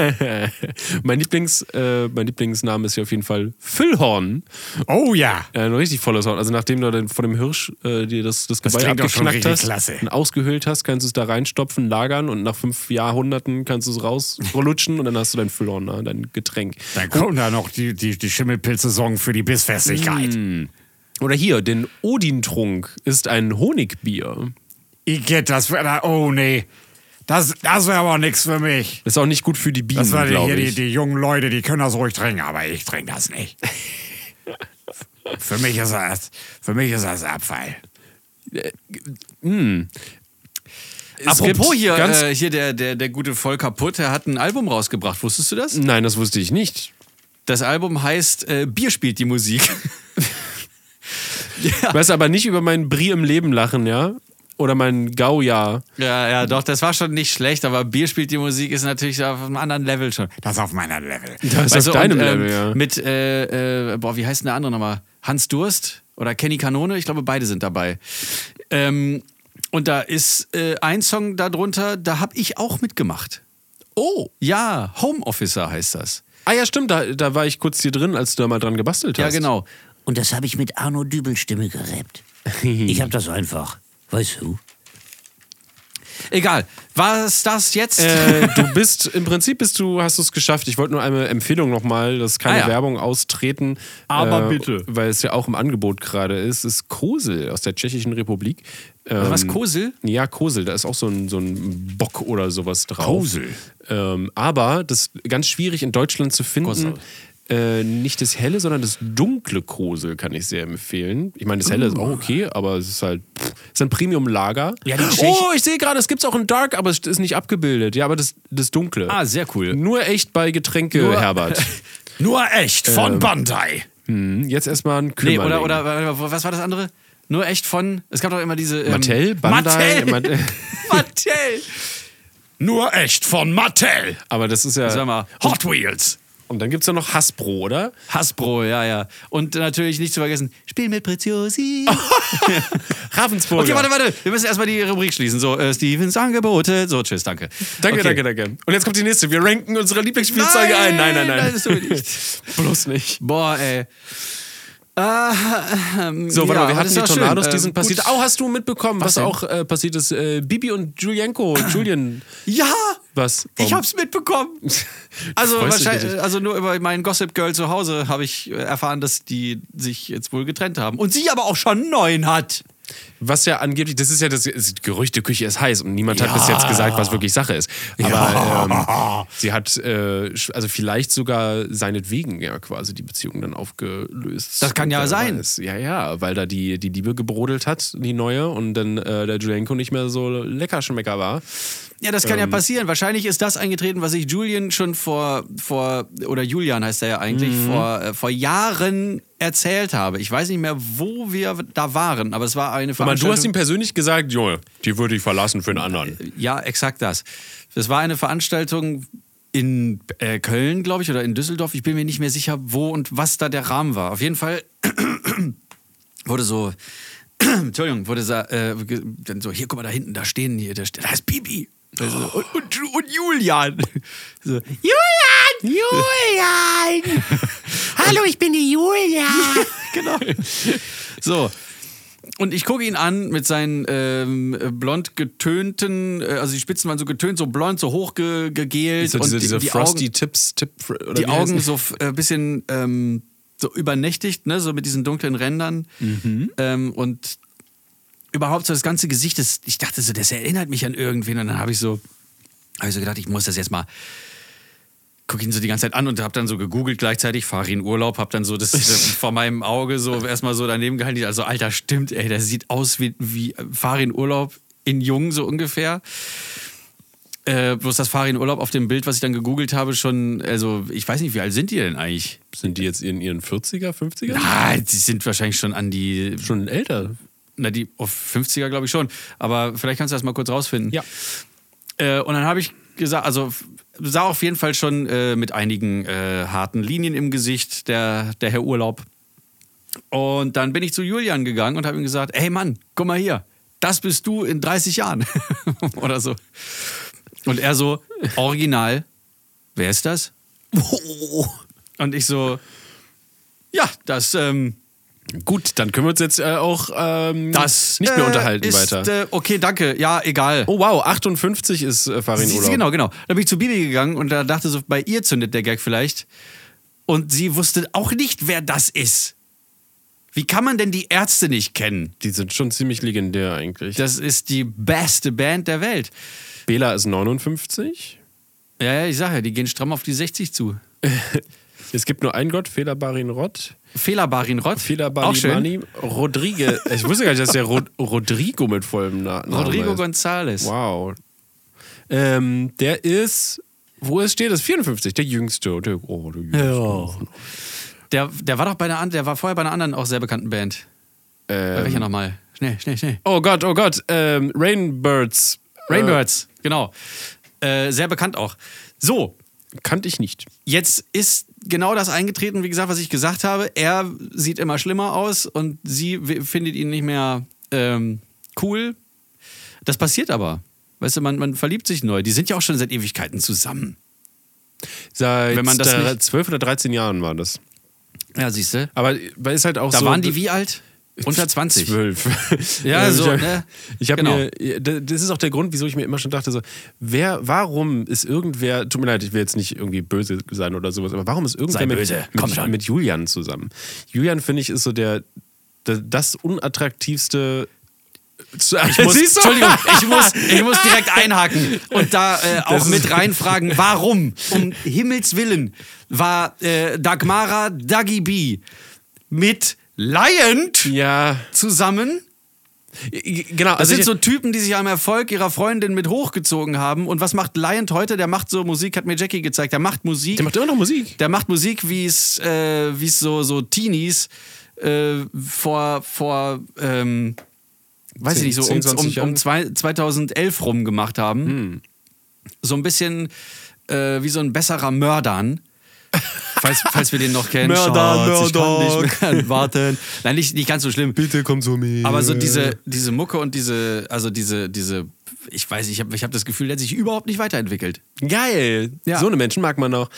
Speaker 2: mein, Lieblings, äh, mein Lieblingsname ist hier auf jeden Fall Füllhorn.
Speaker 4: Oh ja.
Speaker 2: Äh, ein richtig volles Horn. Also nachdem du dann von dem Hirsch äh, dir das, das Geweih
Speaker 4: klingt doch schon
Speaker 2: abgeknackt
Speaker 4: richtig
Speaker 2: hast
Speaker 4: klasse.
Speaker 2: und ausgehöhlt hast, kannst du es da reinstopfen, lagern und nach fünf Jahrhunderten kannst du es rausrutschen und dann hast du dein Füllhorn, ne? dein Getränk.
Speaker 4: Dann kommen da noch die, die, die Schimmelpilz-Saison für die Bissfestigkeit.
Speaker 2: Mm. Oder hier, den Odintrunk ist ein Honigbier.
Speaker 4: Ich get das wär- Oh nee. Das, das wäre aber nichts für mich.
Speaker 2: Ist auch nicht gut für die Bienen,
Speaker 4: Das war die-
Speaker 2: glaube
Speaker 4: hier
Speaker 2: ich.
Speaker 4: die, die jungen Leute, die können das ruhig trinken, aber ich trinke das nicht.
Speaker 2: [LAUGHS]
Speaker 4: für, mich ist das, für mich ist das Abfall.
Speaker 2: Es
Speaker 1: Apropos
Speaker 2: gibt
Speaker 1: hier,
Speaker 2: ganz-
Speaker 1: äh, hier der, der, der gute Volker Putt, der hat ein Album rausgebracht. Wusstest du das?
Speaker 2: Nein, das wusste ich nicht.
Speaker 1: Das Album heißt äh, Bier spielt die
Speaker 2: [LAUGHS]
Speaker 1: Musik. ja.
Speaker 2: Weißt du, aber nicht über meinen Brie im Leben lachen, ja? Oder meinen Gauja.
Speaker 1: ja, ja, doch, das war schon nicht schlecht, aber Bier spielt die Musik ist natürlich auf einem anderen Level schon.
Speaker 4: Das ist auf meiner Level.
Speaker 2: Das ist
Speaker 1: Weißt
Speaker 2: auf
Speaker 1: du,
Speaker 2: deinem
Speaker 1: und, ähm,
Speaker 2: Level, ja.
Speaker 1: Mit, äh, äh, boah, wie heißt denn der andere nochmal? Hans Durst oder Kenny Kanone? Ich glaube, beide sind dabei. Ähm, und da ist äh, ein Song darunter, da habe ich auch mitgemacht.
Speaker 2: Oh!
Speaker 1: Ja, Home Officer heißt das.
Speaker 2: Ah ja, stimmt, da, da war ich kurz hier drin, als du da mal dran gebastelt hast.
Speaker 1: Ja, genau.
Speaker 5: Und das habe ich mit Arno Dübel
Speaker 2: [LAUGHS]
Speaker 5: Stimme gerappt. Ich hab das einfach. Weißt du?
Speaker 1: Egal. War es das jetzt?
Speaker 2: äh, du bist, im Prinzip bist du, hast du es geschafft. Ich wollte nur eine Empfehlung nochmal, dass keine
Speaker 1: Ah, ja.
Speaker 2: Werbung austreten. äh,
Speaker 1: Aber bitte.
Speaker 2: Weil es ja auch im Angebot gerade ist, ist Kosel aus der Tschechischen Republik. Ähm,
Speaker 1: Also was, Kosel?
Speaker 2: Ja, Kosel, da ist auch so ein, so ein Bock oder sowas drauf.
Speaker 4: Kosel.
Speaker 2: Ähm, aber das ist ganz schwierig in Deutschland zu finden. Äh, nicht das helle, sondern das dunkle Kosel kann ich sehr empfehlen. Ich meine, das helle ist auch okay, aber es ist halt pff, ist ein Premium-Lager.
Speaker 1: Uh. Ja, die Tschech-
Speaker 2: oh, ich sehe gerade, es gibt es auch in Dark, aber es ist nicht abgebildet. Ja, aber das, das Dunkle.
Speaker 1: Ah, sehr cool.
Speaker 2: Nur echt bei Getränke,
Speaker 1: Nur- [LAUGHS]
Speaker 2: Herbert.
Speaker 4: Nur echt von
Speaker 2: Ähm. [LAUGHS]
Speaker 4: Bandai.
Speaker 2: Hm, jetzt erstmal ein
Speaker 1: nee,
Speaker 2: Kümmerling.
Speaker 1: oder, oder warte, was war das andere? Nur echt von. Es gab doch immer diese. Ähm,
Speaker 2: Mattel, Bandai.
Speaker 1: Mattel.
Speaker 2: Mattel.
Speaker 1: Mattel.
Speaker 4: Nur echt von Mattel.
Speaker 2: Aber das ist ja.
Speaker 1: Sag mal.
Speaker 4: Hot Wheels.
Speaker 2: Und dann gibt es ja noch Hasbro, oder?
Speaker 1: Hasbro, ja, ja. Und natürlich nicht zu vergessen, Spiel mit Preziosi.
Speaker 2: [LAUGHS]
Speaker 1: [LAUGHS]
Speaker 2: Ravensburger.
Speaker 1: Okay, warte, warte. Wir müssen erstmal die Rubrik schließen. So, äh, Stevens Angebote. So, tschüss, danke.
Speaker 2: Danke,
Speaker 1: okay.
Speaker 2: danke, danke. Und jetzt kommt die nächste. Wir ranken unsere Lieblingsspielzeuge
Speaker 1: Nein,
Speaker 2: ein. Nein, nein, nein.
Speaker 1: nein, das tun wir nicht.
Speaker 2: [LAUGHS] Bloß nicht.
Speaker 1: Boah, ey.
Speaker 2: So, warte
Speaker 1: ja,
Speaker 2: mal, wir
Speaker 1: aber
Speaker 2: hatten
Speaker 1: das
Speaker 2: die
Speaker 1: ist doch
Speaker 2: Tornados,
Speaker 1: schön.
Speaker 2: die
Speaker 1: Ähm,
Speaker 2: sind passiert.
Speaker 1: gut.
Speaker 2: Auch hast du mitbekommen, was,
Speaker 1: denn?
Speaker 2: auch äh, passiert ist. Äh, Bibi und Julienko,
Speaker 1: [CLEARS THROAT]
Speaker 2: Julien,
Speaker 1: Ja!
Speaker 2: was?
Speaker 1: Ich
Speaker 2: Warum?
Speaker 1: hab's
Speaker 2: [LAUGHS]
Speaker 1: mitbekommen. Also,
Speaker 2: Freust dich
Speaker 1: wahrscheinlich,
Speaker 2: richtig.
Speaker 1: also nur über mein Gossip Girl zu Hause habe ich äh, erfahren, dass die sich jetzt wohl getrennt haben. Und sie aber auch schon einen neuen hat.
Speaker 2: Was ja angeblich, das ist ja das, das Gerüchteküche ist heiß und niemand hat bis jetzt gesagt, was wirklich Sache ist. Aber ähm, sie hat, äh, sch- also vielleicht sogar seinetwegen ja quasi die Beziehung dann aufgelöst.
Speaker 1: Das kann ja
Speaker 2: Wer
Speaker 1: sein.
Speaker 2: Weiß. Ja, ja, weil da die, die Liebe gebrodelt hat, die neue, und dann äh, der Julienko nicht mehr so lecker Schmecker war.
Speaker 1: Ja, das
Speaker 2: Ähm.
Speaker 1: kann ja passieren. Wahrscheinlich ist das eingetreten, was ich Julian schon vor, vor oder Julian heißt er ja eigentlich,
Speaker 2: Mhm.
Speaker 1: vor, äh, vor Jahren erzählt habe. Ich weiß nicht mehr, wo wir da waren, aber es war eine
Speaker 2: Aber
Speaker 1: Veranstaltung.
Speaker 2: du hast ihm persönlich gesagt, Junge, die würde ich verlassen für einen anderen.
Speaker 1: Ja, exakt das. Das war eine Veranstaltung in äh, Köln, glaube ich, oder in Düsseldorf. Ich bin mir nicht mehr sicher, wo und was da der Rahmen war. Auf jeden Fall [CLEARS THROAT] wurde so. [CLEARS THROAT] Entschuldigung, wurde sa- äh, ge- dann so, hier, guck mal, da hinten, da stehen hier, da, ste- da ist Bibi. Also, und, und, Ju- und Julian. [LAUGHS] So, Julian! Julian! Hallo, ich bin die Julia. genau. So. Und ich gucke ihn an mit seinen ähm, äh, blond getönten, äh, also die Spitzen waren so getönt, so blond, so hochgegelt.
Speaker 2: So diese,
Speaker 1: und die,
Speaker 2: diese
Speaker 1: die
Speaker 2: Frosty
Speaker 1: Augen,
Speaker 2: Tips, Tip, oder
Speaker 1: die
Speaker 2: wie heißt
Speaker 1: Augen
Speaker 2: das?
Speaker 1: so f- äh, ein bisschen ähm, so übernächtigt, ne? so mit diesen dunklen Rändern.
Speaker 2: Mhm.
Speaker 1: Ähm, und überhaupt so das ganze Gesicht, das, ich dachte so, das erinnert mich an irgendwen. Und dann habe ich so, habe ich so gedacht, ich muss das jetzt mal. Guck ihn so die ganze Zeit an und habe dann so gegoogelt gleichzeitig, fahre in Urlaub, habe dann so
Speaker 2: [LAUGHS]
Speaker 1: das äh, vor meinem Auge so erstmal so daneben gehalten. Also, Alter, stimmt, ey, der sieht aus wie, wie fahre in Urlaub in Jung so ungefähr. Äh, bloß das fahre in Urlaub auf dem Bild, was ich dann gegoogelt habe, schon, also ich weiß nicht, wie alt sind die denn eigentlich?
Speaker 2: Sind die jetzt in ihren 40er, 50er?
Speaker 1: Ah, die sind wahrscheinlich schon an die
Speaker 2: Schon älter.
Speaker 1: na, die auf 50er glaube ich schon. Aber vielleicht kannst du das mal kurz rausfinden.
Speaker 2: Ja.
Speaker 1: Äh, und dann habe ich gesagt, also f- sah auf jeden Fall schon äh, mit einigen äh, harten Linien im Gesicht der, der Herr Urlaub. Und dann bin ich zu Julian gegangen und habe ihm gesagt, hey Mann, guck mal hier, das bist du in 30 Jahren [LAUGHS] oder so. Und er so, original, wer ist das? Und ich so, ja, das... Ähm,
Speaker 2: Gut, dann können wir uns jetzt äh, auch ähm,
Speaker 1: das
Speaker 2: nicht mehr
Speaker 1: äh,
Speaker 2: unterhalten
Speaker 1: ist,
Speaker 2: weiter.
Speaker 1: Äh, okay, danke. Ja, egal.
Speaker 2: oh wow, 58 ist äh, Farin
Speaker 1: Sie-
Speaker 2: Urlaub.
Speaker 1: Genau, genau. Da bin ich zu Bibi gegangen und da dachte so, bei ihr zündet der Gag vielleicht. Und sie wusste auch nicht, wer das ist. Wie kann man denn die Ärzte nicht kennen?
Speaker 2: Die sind schon ziemlich legendär eigentlich.
Speaker 1: Das ist die beste Band der Welt.
Speaker 2: Bela ist 59.
Speaker 1: Ja, ja, ich sage ja, die gehen stramm auf die 60 zu.
Speaker 2: Es gibt nur einen Gott, Fehler Barin Rott.
Speaker 1: Fehlerbarin Rott.
Speaker 2: Fehler
Speaker 1: auch schön.
Speaker 2: Barin Rodriguez. Ich wusste gar nicht, dass der Rod Rodrigo mit vollem Na- Namen
Speaker 1: Rodrigo
Speaker 2: ist.
Speaker 1: González.
Speaker 2: Wow. Ähm, der ist, wo es steht, ist 54, der jüngste. Der, oh, der jüngste.
Speaker 1: Der, der war doch bei einer, an- der war vorher bei einer anderen auch sehr bekannten Band. Bei welcher nochmal? Schnell, schnell, schnell.
Speaker 2: ähm, Oh äh. Gott, oh Gott, ähm, Rainbirds.
Speaker 1: Rainbirds, genau. Äh, sehr bekannt auch. So,
Speaker 2: Äh, kannte ich nicht.
Speaker 1: jetzt ist genau das eingetreten, wie gesagt, was ich gesagt habe. Er sieht immer schlimmer aus und sie w- findet ihn nicht mehr ähm, cool. Das passiert aber. Weißt du, man, man verliebt sich neu. Die sind ja auch schon seit Ewigkeiten zusammen.
Speaker 2: Seit
Speaker 1: Wenn man das
Speaker 2: der-
Speaker 1: nicht-
Speaker 2: 12 oder 13 Jahren war das.
Speaker 1: Ja, siehst du.
Speaker 2: Aber weil ist halt auch
Speaker 1: Da
Speaker 2: so.
Speaker 1: waren die wie alt? Unter 20.
Speaker 2: 12.
Speaker 1: [LAUGHS] Ja,
Speaker 2: Ähm,
Speaker 1: so,
Speaker 2: Ich habe
Speaker 1: ne?
Speaker 2: ich hab
Speaker 1: Genau.
Speaker 2: mir, d- das ist auch der Grund, wieso ich mir immer schon dachte, so, wer, warum ist irgendwer, tut mir leid, ich will jetzt nicht irgendwie böse sein oder sowas, aber warum ist irgendwer
Speaker 1: Sei
Speaker 2: mit,
Speaker 1: böse, komm
Speaker 2: mit,
Speaker 1: schon.
Speaker 2: mit Julian zusammen? Julian, finde ich, ist so der, der das unattraktivste. Ich [LAUGHS]
Speaker 1: muss, Entschuldigung, ich muss, ich muss direkt einhaken und da äh, auch mit reinfragen, warum? Um Himmels Willen war äh, Dagmara Dagi B mit Liant
Speaker 2: Ja,
Speaker 1: zusammen.
Speaker 2: genau.
Speaker 1: Das
Speaker 2: also
Speaker 1: sind
Speaker 2: ich-
Speaker 1: so Typen, die sich am Erfolg ihrer Freundin mit hochgezogen haben. Und was macht Liant heute? Der macht so Musik, hat mir Jackie gezeigt. Der macht Musik.
Speaker 2: der macht immer noch Musik.
Speaker 1: Der macht Musik, wie es äh, wie es so, so Teenies äh, vor, vor ähm, weiß
Speaker 2: Zehn-
Speaker 1: ich nicht, so
Speaker 2: zehn, Hm.
Speaker 1: um,
Speaker 2: 20
Speaker 1: um,
Speaker 2: Jahren?
Speaker 1: um zwei, 2011 rum gemacht haben. So ein bisschen äh, wie so ein besserer
Speaker 2: [LAUGHS]
Speaker 1: Mördern. falls, falls wir den noch kennen.
Speaker 2: Mörder,
Speaker 1: Schatz,
Speaker 2: Mörder.
Speaker 1: Ich kann nicht mehr [LAUGHS] warten. Nein, nicht, nicht ganz so schlimm.
Speaker 2: Bitte komm zu mir.
Speaker 1: Aber so diese, diese Mucke und diese, also diese, diese, ich weiß, ich habe ich hab das Gefühl, der hat sich überhaupt nicht
Speaker 2: [LAUGHS]
Speaker 1: weiterentwickelt.
Speaker 2: Geil.
Speaker 1: Ja.
Speaker 2: So eine Menschen mag man auch.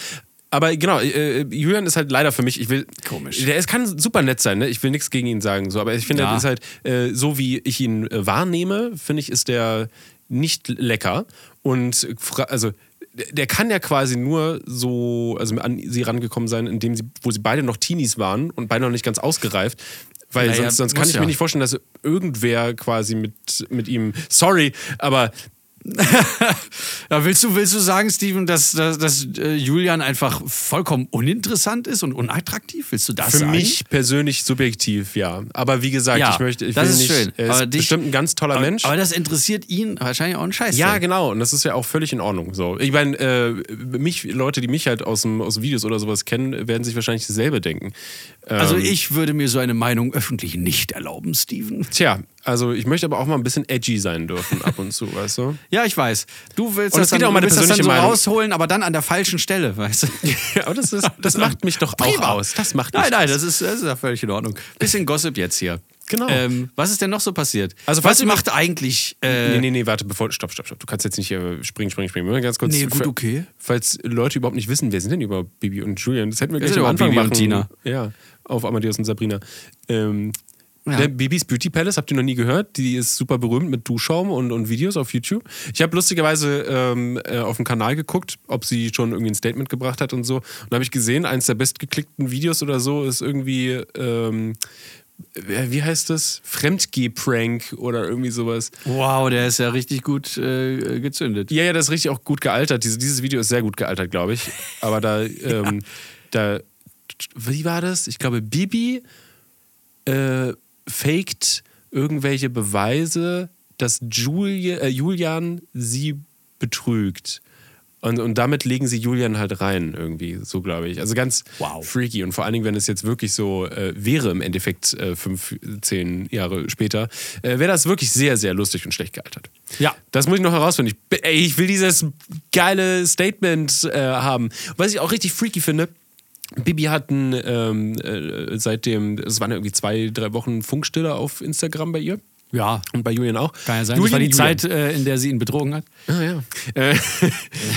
Speaker 2: Aber genau, äh, Julian ist halt leider für mich, ich will.
Speaker 1: Komisch.
Speaker 2: Der ist, kann super nett sein, ne? Ich will nichts gegen ihn sagen, so, aber ich finde,
Speaker 1: Ja.
Speaker 2: er ist halt, äh, so wie ich ihn äh, wahrnehme, finde ich, ist der nicht lecker. Und fra- also der- der kann ja quasi nur so also an sie rangekommen sein, indem sie, wo sie beide noch Teenies waren und beide noch nicht ganz ausgereift. Weil
Speaker 1: Naja,
Speaker 2: sonst, sonst kann
Speaker 1: muss
Speaker 2: ich
Speaker 1: ja.
Speaker 2: mir nicht vorstellen, dass irgendwer quasi mit, mit ihm. Sorry, aber
Speaker 1: Ja, willst, du, willst du sagen, Steven, dass, dass, dass äh, Julian einfach vollkommen uninteressant ist und unattraktiv? Willst du das
Speaker 2: für
Speaker 1: sagen?
Speaker 2: mich persönlich subjektiv, ja. Aber wie gesagt,
Speaker 1: Ja,
Speaker 2: ich möchte. Ich
Speaker 1: das
Speaker 2: will
Speaker 1: ist
Speaker 2: nicht,
Speaker 1: schön.
Speaker 2: Er ist
Speaker 1: Aber dich-
Speaker 2: bestimmt ein ganz toller Mensch.
Speaker 1: Aber das interessiert ihn wahrscheinlich auch einen Scheiß.
Speaker 2: Ja, genau. Und das ist ja auch völlig in Ordnung. So. Ich meine, äh, mich, Leute, die mich halt aus, dem, aus Videos oder sowas kennen, werden sich wahrscheinlich dasselbe denken. Ähm,
Speaker 1: Also ich würde mir so eine Meinung öffentlich nicht erlauben, Steven.
Speaker 2: Tja, also ich möchte aber auch mal ein bisschen edgy sein dürfen ab und zu, [LAUGHS] weißt du?
Speaker 1: Ja, ich weiß. Du willst
Speaker 2: Und
Speaker 1: das
Speaker 2: es geht
Speaker 1: dann,
Speaker 2: auch um meine
Speaker 1: du willst das dann so
Speaker 2: persönliche Meinung.
Speaker 1: rausholen, aber dann an der falschen Stelle, weißt du?
Speaker 2: Ja, aber das, ist,
Speaker 1: [LAUGHS]
Speaker 2: das macht mich doch auch aus. Das macht mich
Speaker 1: Nein, nein,
Speaker 2: aus.
Speaker 1: das ist, das ist ja völlig in Ordnung. Bisschen Gossip jetzt hier.
Speaker 2: Genau.
Speaker 1: Ähm, was ist denn noch so passiert?
Speaker 2: Also,
Speaker 1: was
Speaker 2: falls ihr-
Speaker 1: macht eigentlich. Äh,
Speaker 2: Nee, nee, nee, warte, bevor. Stopp, stopp, stopp. Du kannst jetzt nicht hier springen, springen, springen. Wir müssen Ganz kurz.
Speaker 1: Nee, gut,
Speaker 2: fa-
Speaker 1: okay.
Speaker 2: Falls Leute überhaupt nicht wissen, wer sind denn überhaupt Bibi und Julian? Das hätten wir
Speaker 1: Wer
Speaker 2: gleich
Speaker 1: sind
Speaker 2: am Anfang machen.
Speaker 1: überhaupt Bibi und
Speaker 2: Ja, auf Amadeus und Sabrina. Ähm,
Speaker 1: Ja.
Speaker 2: der Bibis Beauty Palace habt ihr noch nie gehört. Die ist super berühmt mit Duschschaum und, und Videos auf YouTube. Ich habe lustigerweise ähm, äh, auf dem Kanal geguckt, ob sie schon irgendwie ein Statement gebracht hat und so. Und da habe ich gesehen, eins der bestgeklickten Videos oder so ist irgendwie. Ähm, äh, wie heißt das? Fremdgeh-Prank oder irgendwie sowas.
Speaker 1: Wow, der ist ja richtig gut äh, gezündet.
Speaker 2: Ja, ja, das ist richtig auch gut gealtert. Diese, dieses Video ist sehr gut gealtert, glaube ich. Aber da, ähm, da, wie war das? Ich glaube, Bibi äh, faked irgendwelche Beweise, dass Julia, äh, Julian sie betrügt. Und, und damit legen sie Julian halt rein, irgendwie, so glaube ich. Also ganz
Speaker 1: Wow.
Speaker 2: freaky. Und vor allen Dingen, wenn es jetzt wirklich so äh, wäre, im Endeffekt äh, fünf, zehn Jahre später, äh, wäre das wirklich sehr, sehr lustig und schlecht gealtert.
Speaker 1: Ja.
Speaker 2: Das muss ich noch herausfinden. Ich, bin- ey, ich will dieses geile Statement äh, haben. Was ich auch richtig freaky finde. Bibi hat ein, ähm, äh, seitdem, es waren ja irgendwie zwei, drei Wochen Funkstille auf Instagram bei ihr.
Speaker 1: Ja.
Speaker 2: Und bei Julian auch.
Speaker 1: Kann ja sein.
Speaker 2: Julian,
Speaker 1: das war die
Speaker 2: Julian.
Speaker 1: Zeit, äh, in der sie ihn betrogen hat.
Speaker 2: Ah, ja.
Speaker 1: [LAUGHS]
Speaker 2: Äh,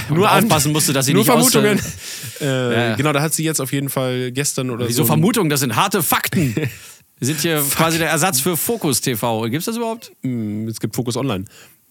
Speaker 2: nur
Speaker 1: man
Speaker 2: an-
Speaker 1: aufpassen musste, dass sie
Speaker 2: nur
Speaker 1: nicht
Speaker 2: Vermutungen.
Speaker 1: [LAUGHS]
Speaker 2: Äh,
Speaker 1: ja.
Speaker 2: Genau, da hat sie jetzt auf jeden Fall gestern oder
Speaker 1: äh, Wieso
Speaker 2: so.
Speaker 1: Vermutung? Das sind harte [LAUGHS] Fakten. Wir sind hier quasi der Ersatz für Fokus TV. Gibt's das überhaupt?
Speaker 2: Hm, Es gibt Fokus Online.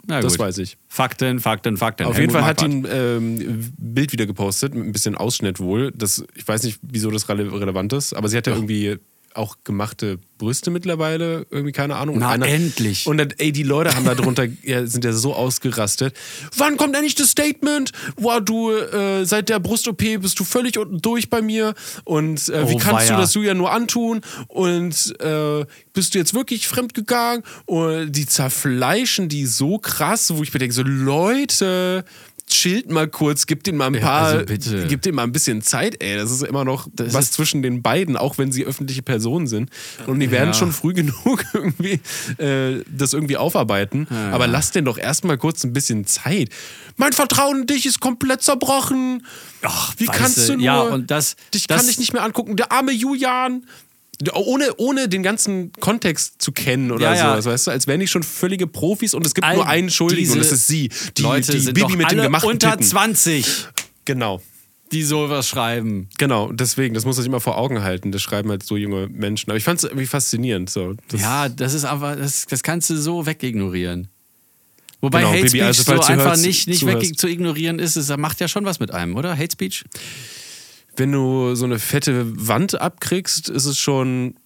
Speaker 1: Na
Speaker 2: das
Speaker 1: gut.
Speaker 2: weiß ich.
Speaker 1: Fakten, Fakten, Fakten.
Speaker 2: Auf
Speaker 1: Helmut
Speaker 2: jeden Fall hat die
Speaker 1: Marquardt.
Speaker 2: ein ähm, Bild wieder gepostet, mit ein bisschen Ausschnitt wohl. Das, ich weiß nicht, wieso das rele relevant ist, aber sie hat ja irgendwie auch gemachte Brüste mittlerweile, irgendwie keine Ahnung.
Speaker 1: Na,
Speaker 2: und
Speaker 1: endlich.
Speaker 2: [LAUGHS] Und dann, ey, die Leute haben da drunter, [LAUGHS] ja, sind ja so ausgerastet. Wann kommt endlich das Statement? Wow, du, äh, seit der Brust-OP bist du völlig unten durch bei mir und äh, wie
Speaker 1: Oh,
Speaker 2: kannst
Speaker 1: weia.
Speaker 2: du das Julia nur antun und äh, bist du jetzt wirklich fremdgegangen? Und die zerfleischen die so krass, wo ich mir denke, so Leute, chillt mal kurz, gebt denen mal ein paar,
Speaker 1: also bitte.
Speaker 2: gebt denen mal ein bisschen Zeit, ey. Das ist immer noch was
Speaker 1: ist-
Speaker 2: zwischen den beiden, auch wenn sie öffentliche Personen sind. Und die werden schon früh [LAUGHS] genug irgendwie äh, das irgendwie aufarbeiten. Aber lass denen doch erstmal kurz ein bisschen Zeit. Mein Vertrauen in dich ist komplett zerbrochen.
Speaker 1: Ach,
Speaker 2: Wie
Speaker 1: weißt
Speaker 2: kannst du nur?
Speaker 1: Ja, und das,
Speaker 2: dich
Speaker 1: das
Speaker 2: kann ich nicht mehr angucken. Der arme Julian. Ohne, ohne den ganzen Kontext zu kennen oder
Speaker 1: Ja, ja.
Speaker 2: sowas, weißt du, als wären die schon völlige Profis und es gibt
Speaker 1: All
Speaker 2: nur einen Schuldigen und
Speaker 1: diese
Speaker 2: das ist sie. Die,
Speaker 1: Leute
Speaker 2: die
Speaker 1: sind
Speaker 2: Bibi
Speaker 1: doch
Speaker 2: mit
Speaker 1: alle
Speaker 2: dem gemachten
Speaker 1: unter
Speaker 2: Titten.
Speaker 1: 20,
Speaker 2: Genau.
Speaker 1: die sowas schreiben.
Speaker 2: Genau, deswegen, das muss ich immer vor Augen halten. Das schreiben halt so junge Menschen. Aber ich fand es irgendwie faszinierend. So. Das,
Speaker 1: Ja, das ist einfach, das, das kannst du so wegignorieren. Wobei
Speaker 2: Genau,
Speaker 1: Hate
Speaker 2: Bibi,
Speaker 1: Speech
Speaker 2: also
Speaker 1: so
Speaker 2: falls du
Speaker 1: einfach
Speaker 2: hörst,
Speaker 1: nicht, nicht
Speaker 2: zuhörst.
Speaker 1: weg zu ignorieren ist, es macht ja schon was mit einem, oder? Hate Speech?
Speaker 2: Wenn du so eine fette Wand abkriegst, ist es schon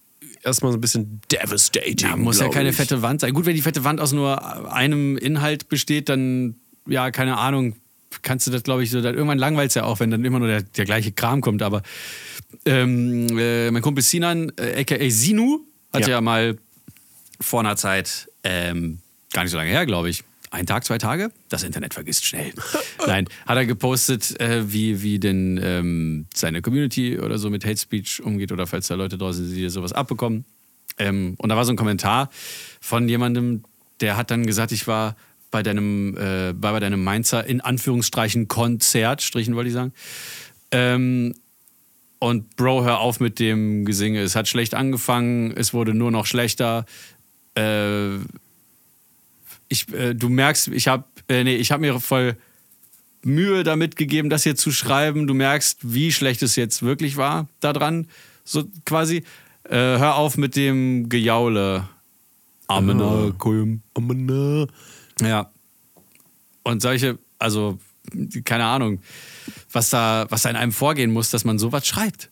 Speaker 2: erstmal so ein bisschen devastating.
Speaker 1: Ja, muss ja
Speaker 2: glaub
Speaker 1: keine
Speaker 2: ich.
Speaker 1: fette Wand sein. Gut, wenn die fette Wand aus nur einem Inhalt besteht, dann, ja, keine Ahnung, kannst du das, glaube ich, so, dann irgendwann langweilt es ja auch, wenn dann immer nur der, der gleiche Kram kommt. Aber ähm, äh, mein Kumpel Sinan, äh, aka Sinu, hat ja,
Speaker 2: Ja.
Speaker 1: mal vor einer Zeit, ähm, gar nicht so lange her, glaube ich, ein Tag, zwei Tage, das Internet vergisst schnell. Nein, hat er gepostet, äh, wie, wie denn ähm, seine Community oder so mit Hate Speech umgeht oder falls da Leute draußen sind, die sowas abbekommen. Ähm, und da war so ein Kommentar von jemandem, der hat dann gesagt, ich war bei deinem, äh, bei, bei deinem Mainzer in Anführungsstrichen Konzert, Strichen wollte ich sagen. Ähm, und Bro, hör auf mit dem Gesinge. Es hat schlecht angefangen, es wurde nur noch schlechter. Äh, ich, äh, du merkst, ich habe äh, nee, ich hab mir voll Mühe damit gegeben, das hier zu schreiben. Du merkst, wie schlecht es jetzt wirklich war daran. So quasi, äh, hör auf mit dem Gejaule.
Speaker 2: Genau. Ah.
Speaker 1: Amena, Kulm.
Speaker 2: Amena.
Speaker 1: Ja. Und solche, also, keine Ahnung, was da, was da in einem vorgehen muss, dass man sowas schreibt.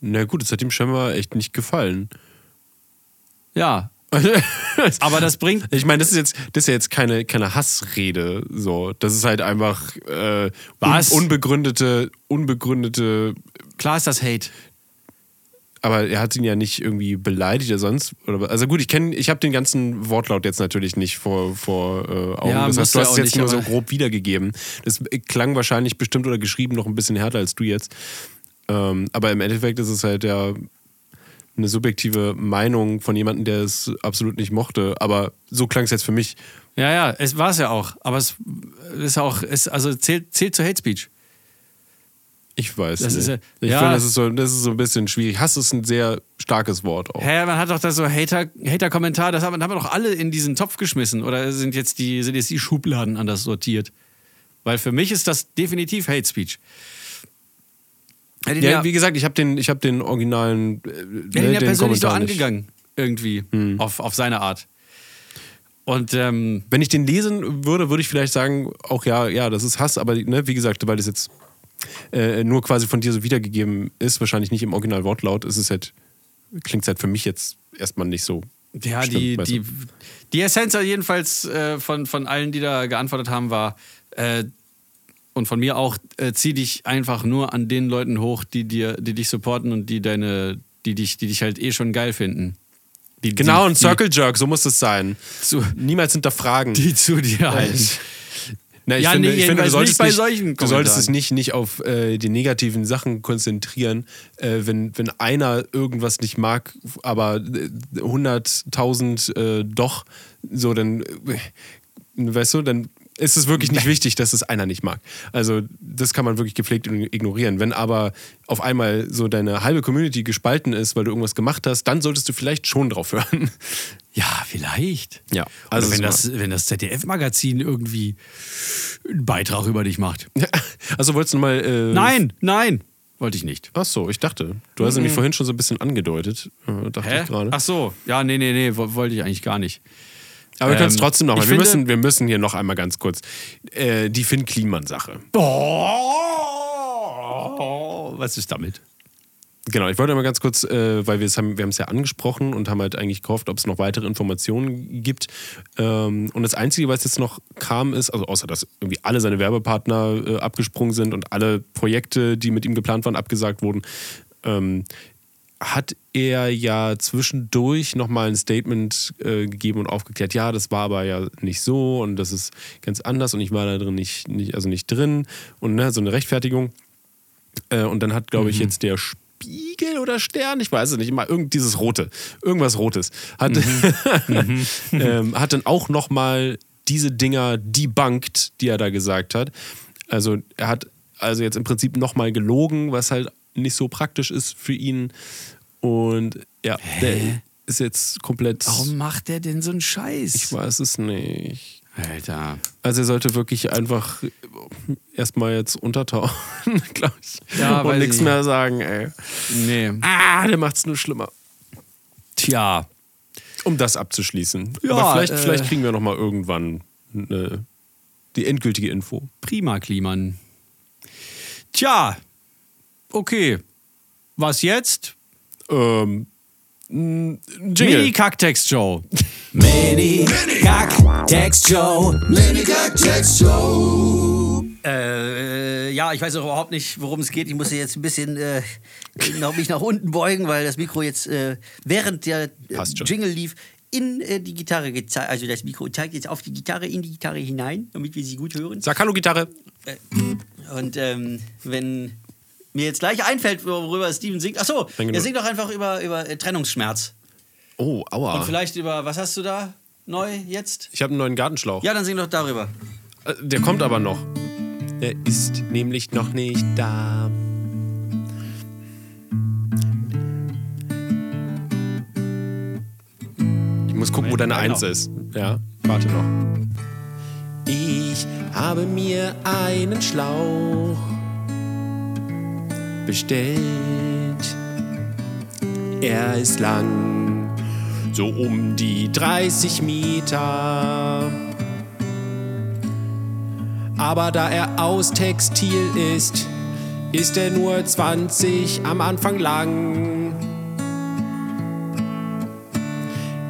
Speaker 2: Na gut, das hat ihm scheinbar echt nicht gefallen.
Speaker 1: Ja. [LAUGHS] Aber das bringt.
Speaker 2: Ich meine, das ist jetzt, das ist ja jetzt keine, keine Hassrede. So. Das ist halt einfach äh, un-
Speaker 1: Was?
Speaker 2: unbegründete, unbegründete,
Speaker 1: Klar ist das Hate.
Speaker 2: aber er hat ihn ja nicht irgendwie beleidigt oder sonst. Oder, also gut, ich kenne, ich habe den ganzen Wortlaut jetzt natürlich nicht vor, vor äh, Augen.
Speaker 1: Ja,
Speaker 2: das
Speaker 1: musst
Speaker 2: heißt,
Speaker 1: du
Speaker 2: du hast
Speaker 1: auch
Speaker 2: es jetzt
Speaker 1: nicht,
Speaker 2: nur so
Speaker 1: aber-
Speaker 2: grob wiedergegeben. Das klang wahrscheinlich bestimmt oder geschrieben noch ein bisschen härter als du jetzt. Ähm, aber im Endeffekt ist es halt ja eine subjektive Meinung von jemandem, der es absolut nicht mochte. Aber so klang es jetzt für mich.
Speaker 1: Ja, ja, es war es ja auch. Aber es ist auch, es, also zählt, zählt zu Hate Speech.
Speaker 2: Ich weiß
Speaker 1: Das
Speaker 2: nicht.
Speaker 1: ist ja-
Speaker 2: ich
Speaker 1: ja.
Speaker 2: finde, das ist, so, das ist so ein bisschen schwierig. Hass ist ein sehr starkes Wort auch.
Speaker 1: Hä, man hat doch da so Hater- Hater-Kommentar, das haben, haben wir doch alle in diesen Topf geschmissen. Oder sind jetzt, die, sind jetzt die Schubladen anders sortiert? Weil für mich ist das definitiv Hate Speech. Hätte
Speaker 2: Ja,
Speaker 1: ja,
Speaker 2: wie gesagt, ich habe den, ich hab den originalen. Äh,
Speaker 1: der
Speaker 2: ne,
Speaker 1: ihn ja
Speaker 2: den
Speaker 1: persönlich doch
Speaker 2: Kommentar nicht. Hm.
Speaker 1: angegangen, irgendwie, auf, auf seine Art. Und ähm,
Speaker 2: Wenn ich den lesen würde, würde ich vielleicht sagen, auch ja, ja, das ist Hass, aber ne, wie gesagt, weil das jetzt äh, nur quasi von dir so wiedergegeben ist, wahrscheinlich nicht im Original Wortlaut, ist es halt, klingt es halt für mich jetzt erstmal nicht so.
Speaker 1: ja,
Speaker 2: stimmt,
Speaker 1: die,
Speaker 2: weißt
Speaker 1: die,
Speaker 2: du.
Speaker 1: die Essenz jedenfalls äh, von, von allen, die da geantwortet haben, war, äh, und von mir auch, äh, zieh dich einfach nur an den Leuten hoch, die, dir, die dich supporten und die deine, die dich, die dich halt eh schon geil finden. Die,
Speaker 2: Genau,
Speaker 1: die,
Speaker 2: ein Circle Jerk, so muss es sein.
Speaker 1: Zu-
Speaker 2: Niemals hinterfragen.
Speaker 1: Die, die zu dir halten.
Speaker 2: Na, ich
Speaker 1: Ja,
Speaker 2: finde,
Speaker 1: nee,
Speaker 2: ich finde, du
Speaker 1: jedenfalls
Speaker 2: solltest,
Speaker 1: nicht bei solchen
Speaker 2: du solltest
Speaker 1: Kommentaren.
Speaker 2: es nicht, nicht auf äh, die negativen Sachen konzentrieren. Äh, wenn, wenn einer irgendwas nicht mag, aber äh, 100.000 äh, doch, so dann, äh, weißt du, dann ist es wirklich nicht wichtig, dass es einer nicht mag. Also das kann man wirklich gepflegt ignorieren. Wenn aber auf einmal so deine halbe Community gespalten ist, weil du irgendwas gemacht hast, dann solltest du vielleicht schon drauf hören. [LAUGHS]
Speaker 1: Ja, vielleicht.
Speaker 2: Ja, also
Speaker 1: Also wenn
Speaker 2: so-
Speaker 1: das, wenn das ZDF-Magazin irgendwie einen Beitrag über dich macht.
Speaker 2: Also wolltest du mal... Äh,
Speaker 1: Nein, nein, wollte ich nicht.
Speaker 2: Ach so, ich dachte. Du hast nämlich vorhin schon so ein bisschen angedeutet, äh, dachte ich gerade.
Speaker 1: Mhm. Ach so, ja, nee, nee, nee, wo- wollte ich eigentlich gar nicht.
Speaker 2: Aber wir können es
Speaker 1: ähm,
Speaker 2: trotzdem nochmal.
Speaker 1: ich
Speaker 2: Wir
Speaker 1: finde-
Speaker 2: müssen, wir müssen hier noch einmal ganz kurz äh, die Finn-Kliman-Sache.
Speaker 1: Boah, was ist damit?
Speaker 2: Genau, ich wollte mal ganz kurz, äh, weil wir's haben, wir haben es ja angesprochen und haben halt eigentlich gehofft, ob es noch weitere Informationen gibt. Ähm, und das Einzige, was jetzt noch kam, ist, also außer dass irgendwie alle seine Werbepartner äh, abgesprungen sind und alle Projekte, die mit ihm geplant waren, abgesagt wurden, ähm, hat er ja zwischendurch nochmal ein Statement äh, gegeben und aufgeklärt, ja, das war aber ja nicht so und das ist ganz anders und ich war da drin nicht, nicht also nicht drin und ne, so eine Rechtfertigung. Äh, und dann hat, glaube
Speaker 1: Mhm.
Speaker 2: ich, jetzt der Spiegel oder Stern, ich weiß es nicht, immer irgend dieses Rote, irgendwas Rotes, hat,
Speaker 1: Mhm.
Speaker 2: [LAUGHS] ähm, hat dann auch nochmal diese Dinger debunked, die er da gesagt hat. Also er hat also jetzt im Prinzip nochmal gelogen, was halt nicht so praktisch ist für ihn. Und ja, der ist jetzt komplett.
Speaker 1: Warum macht der denn so einen Scheiß?
Speaker 2: Ich weiß es nicht.
Speaker 1: Alter.
Speaker 2: Also er sollte wirklich einfach erstmal jetzt untertauchen, [LAUGHS] glaube ich.
Speaker 1: Ja,
Speaker 2: und
Speaker 1: weiß
Speaker 2: nichts
Speaker 1: ich.
Speaker 2: mehr sagen, ey.
Speaker 1: Nee.
Speaker 2: Ah, der macht's nur schlimmer.
Speaker 1: Tja.
Speaker 2: Um das abzuschließen.
Speaker 1: Ja,
Speaker 2: Aber vielleicht,
Speaker 1: äh,
Speaker 2: vielleicht kriegen wir nochmal irgendwann ne, die endgültige Info.
Speaker 1: Prima, Kliman. Tja. Okay. Was jetzt?
Speaker 2: Ähm, n- Jingle.
Speaker 1: Mini-Kacktext-Show.
Speaker 3: Mini Kack Text Show. Mini Kack Text Show.
Speaker 5: Äh, ja, ich weiß auch überhaupt nicht, worum es geht. Ich muss hier jetzt ein bisschen äh, noch, mich nach unten beugen, weil das Mikro jetzt, äh, während der äh,
Speaker 2: Passt schon.
Speaker 5: Jingle lief, in äh, die Gitarre gezeigt, also das Mikro zeigt jetzt auf die Gitarre, in die Gitarre hinein, damit wir sie gut hören.
Speaker 2: Sag Hallo, Gitarre.
Speaker 5: Und ähm, wenn mir jetzt gleich einfällt, worüber Steven singt, ach so,
Speaker 2: Dann genau.
Speaker 5: er singt doch einfach über, über äh, Trennungsschmerz.
Speaker 2: Oh, aua.
Speaker 5: Und vielleicht über, was hast du da neu jetzt?
Speaker 2: Ich habe einen neuen Gartenschlauch.
Speaker 5: Ja, dann sing doch darüber.
Speaker 2: Äh, Der kommt aber noch. Der ist nämlich noch nicht da. Ich muss gucken, wo deine Eins ist. Ja, genau. warte noch. Ich habe mir einen Schlauch bestellt. Er ist lang, so um die 30 Meter. Aber da er aus Textil ist, ist er nur 20 am Anfang lang.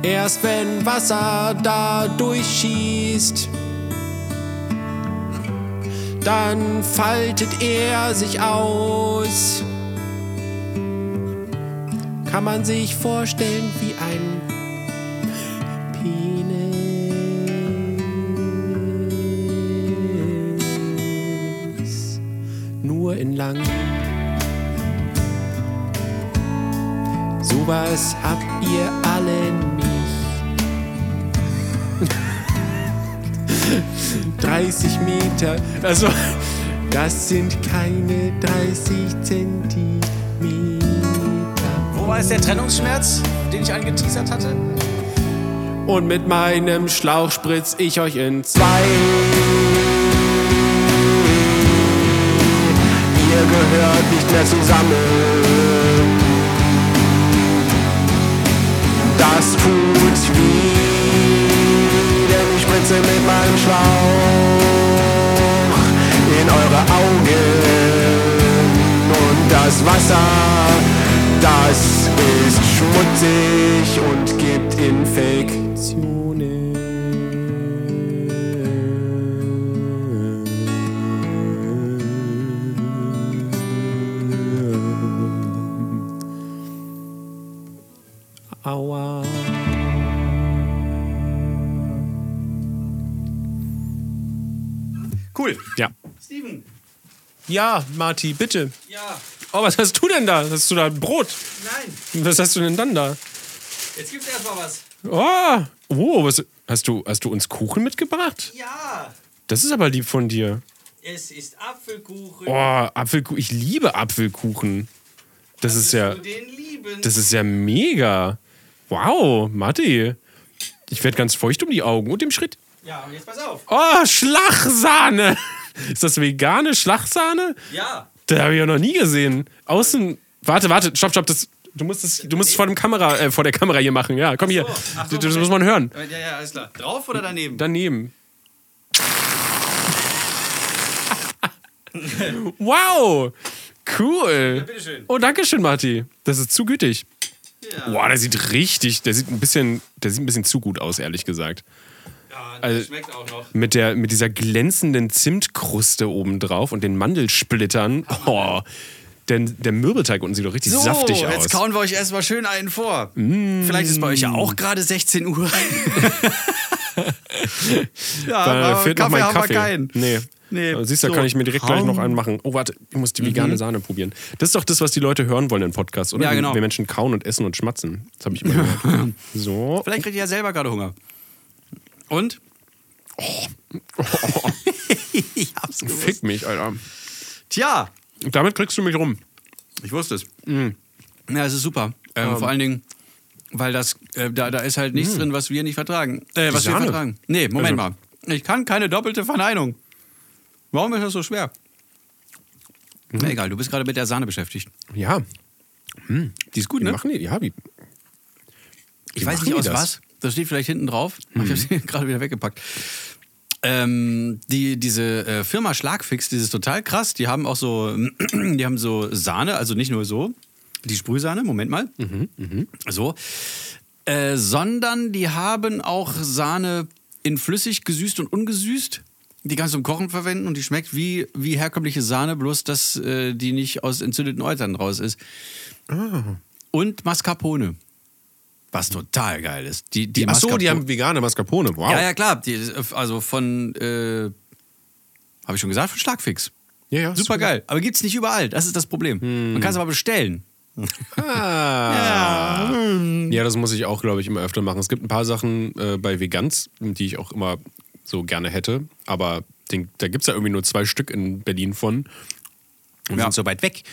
Speaker 2: Erst wenn Wasser da durchschießt, dann faltet er sich aus. Kann man sich vorstellen wie ein Penis. Nur in lang. Sowas habt ihr alle nicht. [LAUGHS] 30 Meter, also das sind keine 30 Zentimeter.
Speaker 6: Wo war jetzt der Trennungsschmerz, den ich angeteasert hatte?
Speaker 2: Und mit meinem Schlauch spritz ich euch in zwei.
Speaker 7: Ihr gehört nicht mehr zusammen. Das tut weh, denn ich spritze mit meinem Schlauch in eure Augen. Und das Wasser, das ist schmutzig und gibt Infektionen. Aua.
Speaker 1: Cool.
Speaker 2: Ja.
Speaker 1: Steven.
Speaker 2: Ja, Marti, bitte.
Speaker 1: Ja.
Speaker 2: Oh, was hast du denn da? Hast du da ein Brot?
Speaker 1: Nein.
Speaker 2: Was hast du denn dann da?
Speaker 1: Jetzt gibt's erstmal was.
Speaker 2: Oh, oh was, hast, du, hast du uns Kuchen mitgebracht?
Speaker 1: Ja.
Speaker 2: Das ist aber lieb von dir.
Speaker 1: Es ist Apfelkuchen.
Speaker 2: Oh, Apfelkuchen. Ich liebe Apfelkuchen. Das ist ja,
Speaker 1: Du den lieben.
Speaker 2: das ist ja mega. Wow, Matti. Ich werde ganz feucht um die Augen und im Schritt.
Speaker 1: ja, und jetzt pass auf.
Speaker 2: Oh, Schlachsahne. [LAUGHS] Ist das vegane Schlachsahne?
Speaker 1: Ja.
Speaker 2: Das habe ich ja noch nie gesehen. Außen. Warte, warte, stopp, stopp. Das, du musst es, du musst es vor, dem Kamera, äh, vor der Kamera hier machen. Ja, komm hier.
Speaker 1: Ach so,
Speaker 2: das muss man hören.
Speaker 1: Ja, ja, alles klar. Drauf oder daneben? [LAUGHS]
Speaker 2: Daneben. wow! Cool!
Speaker 1: bitteschön.
Speaker 2: Oh, danke schön, Marti. Das ist zu gütig. Boah, der sieht richtig, der sieht ein bisschen, der sieht ein bisschen zu gut aus, ehrlich gesagt.
Speaker 1: ja, Ah, das
Speaker 2: also-
Speaker 1: schmeckt auch noch.
Speaker 2: Mit, der, mit dieser glänzenden Zimtkruste obendrauf und den Mandelsplittern. Oh, denn der Mürbeteig unten sieht doch richtig saftig aus. Mm.
Speaker 1: jetzt kauen wir euch erstmal schön einen vor. Vielleicht ist bei euch ja auch gerade 16 Uhr. ja,
Speaker 2: Da Äh, fehlt noch mein Kaffee.
Speaker 1: keinen.
Speaker 2: Nee.
Speaker 1: Nee.
Speaker 2: Aber Siehst du, da
Speaker 1: So. Mhm.
Speaker 2: kann ich mir direkt gleich noch einen machen. Oh, warte, ich muss die vegane Sahne probieren. Das ist doch das, was die Leute hören wollen in Podcasts, oder?
Speaker 1: Ja, genau.
Speaker 2: Wenn wir Menschen kauen und essen und schmatzen. Das habe ich immer
Speaker 1: [LAUGHS]
Speaker 2: gehört. So.
Speaker 1: Vielleicht kriegt ihr ja selber gerade Hunger. Und? ich hab's gewusst.
Speaker 2: Fick mich, Alter.
Speaker 1: Tja,
Speaker 2: Und damit kriegst du mich rum.
Speaker 1: ich wusste es. Mhm. Ja, es ist super. Ähm, Vor allen Dingen, weil das, äh, da, da ist halt nichts drin, was wir nicht vertragen. Äh, was wir
Speaker 2: Sahne.
Speaker 1: vertragen. Nee, Moment
Speaker 2: Also-
Speaker 1: mal. Ich kann keine doppelte Verneinung. Warum ist das so schwer? Na egal, du bist gerade mit der Sahne beschäftigt.
Speaker 2: Ja.
Speaker 1: Die ist gut,
Speaker 2: Wie
Speaker 1: ne?
Speaker 2: machen die? Ja, wie?
Speaker 1: Ich weiß
Speaker 2: machen
Speaker 1: nicht
Speaker 2: die
Speaker 1: aus
Speaker 2: das?
Speaker 1: was. Das Mhm. steht vielleicht hinten drauf. Aber Ich habe sie [LAUGHS] gerade wieder weggepackt. Ähm, die, diese äh, Firma Schlagfix, die ist total krass. Die haben auch so, [CLEARS THROAT] die haben so Sahne, also nicht nur so, die Sprühsahne, Moment mal. So. Äh, sondern die haben auch Sahne in flüssig, gesüßt und ungesüßt. Die kannst du zum Kochen verwenden und die schmeckt wie, wie herkömmliche Sahne, bloß dass äh, die nicht aus entzündeten Eutern raus ist. Und Mascarpone. Was total geil ist. Die, die,
Speaker 2: Achso, die
Speaker 1: Mascarpo-
Speaker 2: haben vegane Mascarpone. Wow.
Speaker 1: Ja, ja, klar. Die, also von, äh, habe ich schon gesagt, von Schlagfix.
Speaker 2: Ja, ja,
Speaker 1: Super Hm. geil. Aber gibt's nicht überall. Das ist das Problem. Man kann es aber bestellen.
Speaker 2: Ah.
Speaker 1: hm.
Speaker 2: Ja, das muss ich auch, glaube ich, immer öfter machen. Es gibt ein paar Sachen äh, bei Veganz, die ich auch immer so gerne hätte, aber den, da gibt es ja irgendwie nur zwei Stück in Berlin von und
Speaker 1: Ja.
Speaker 2: sind so weit weg.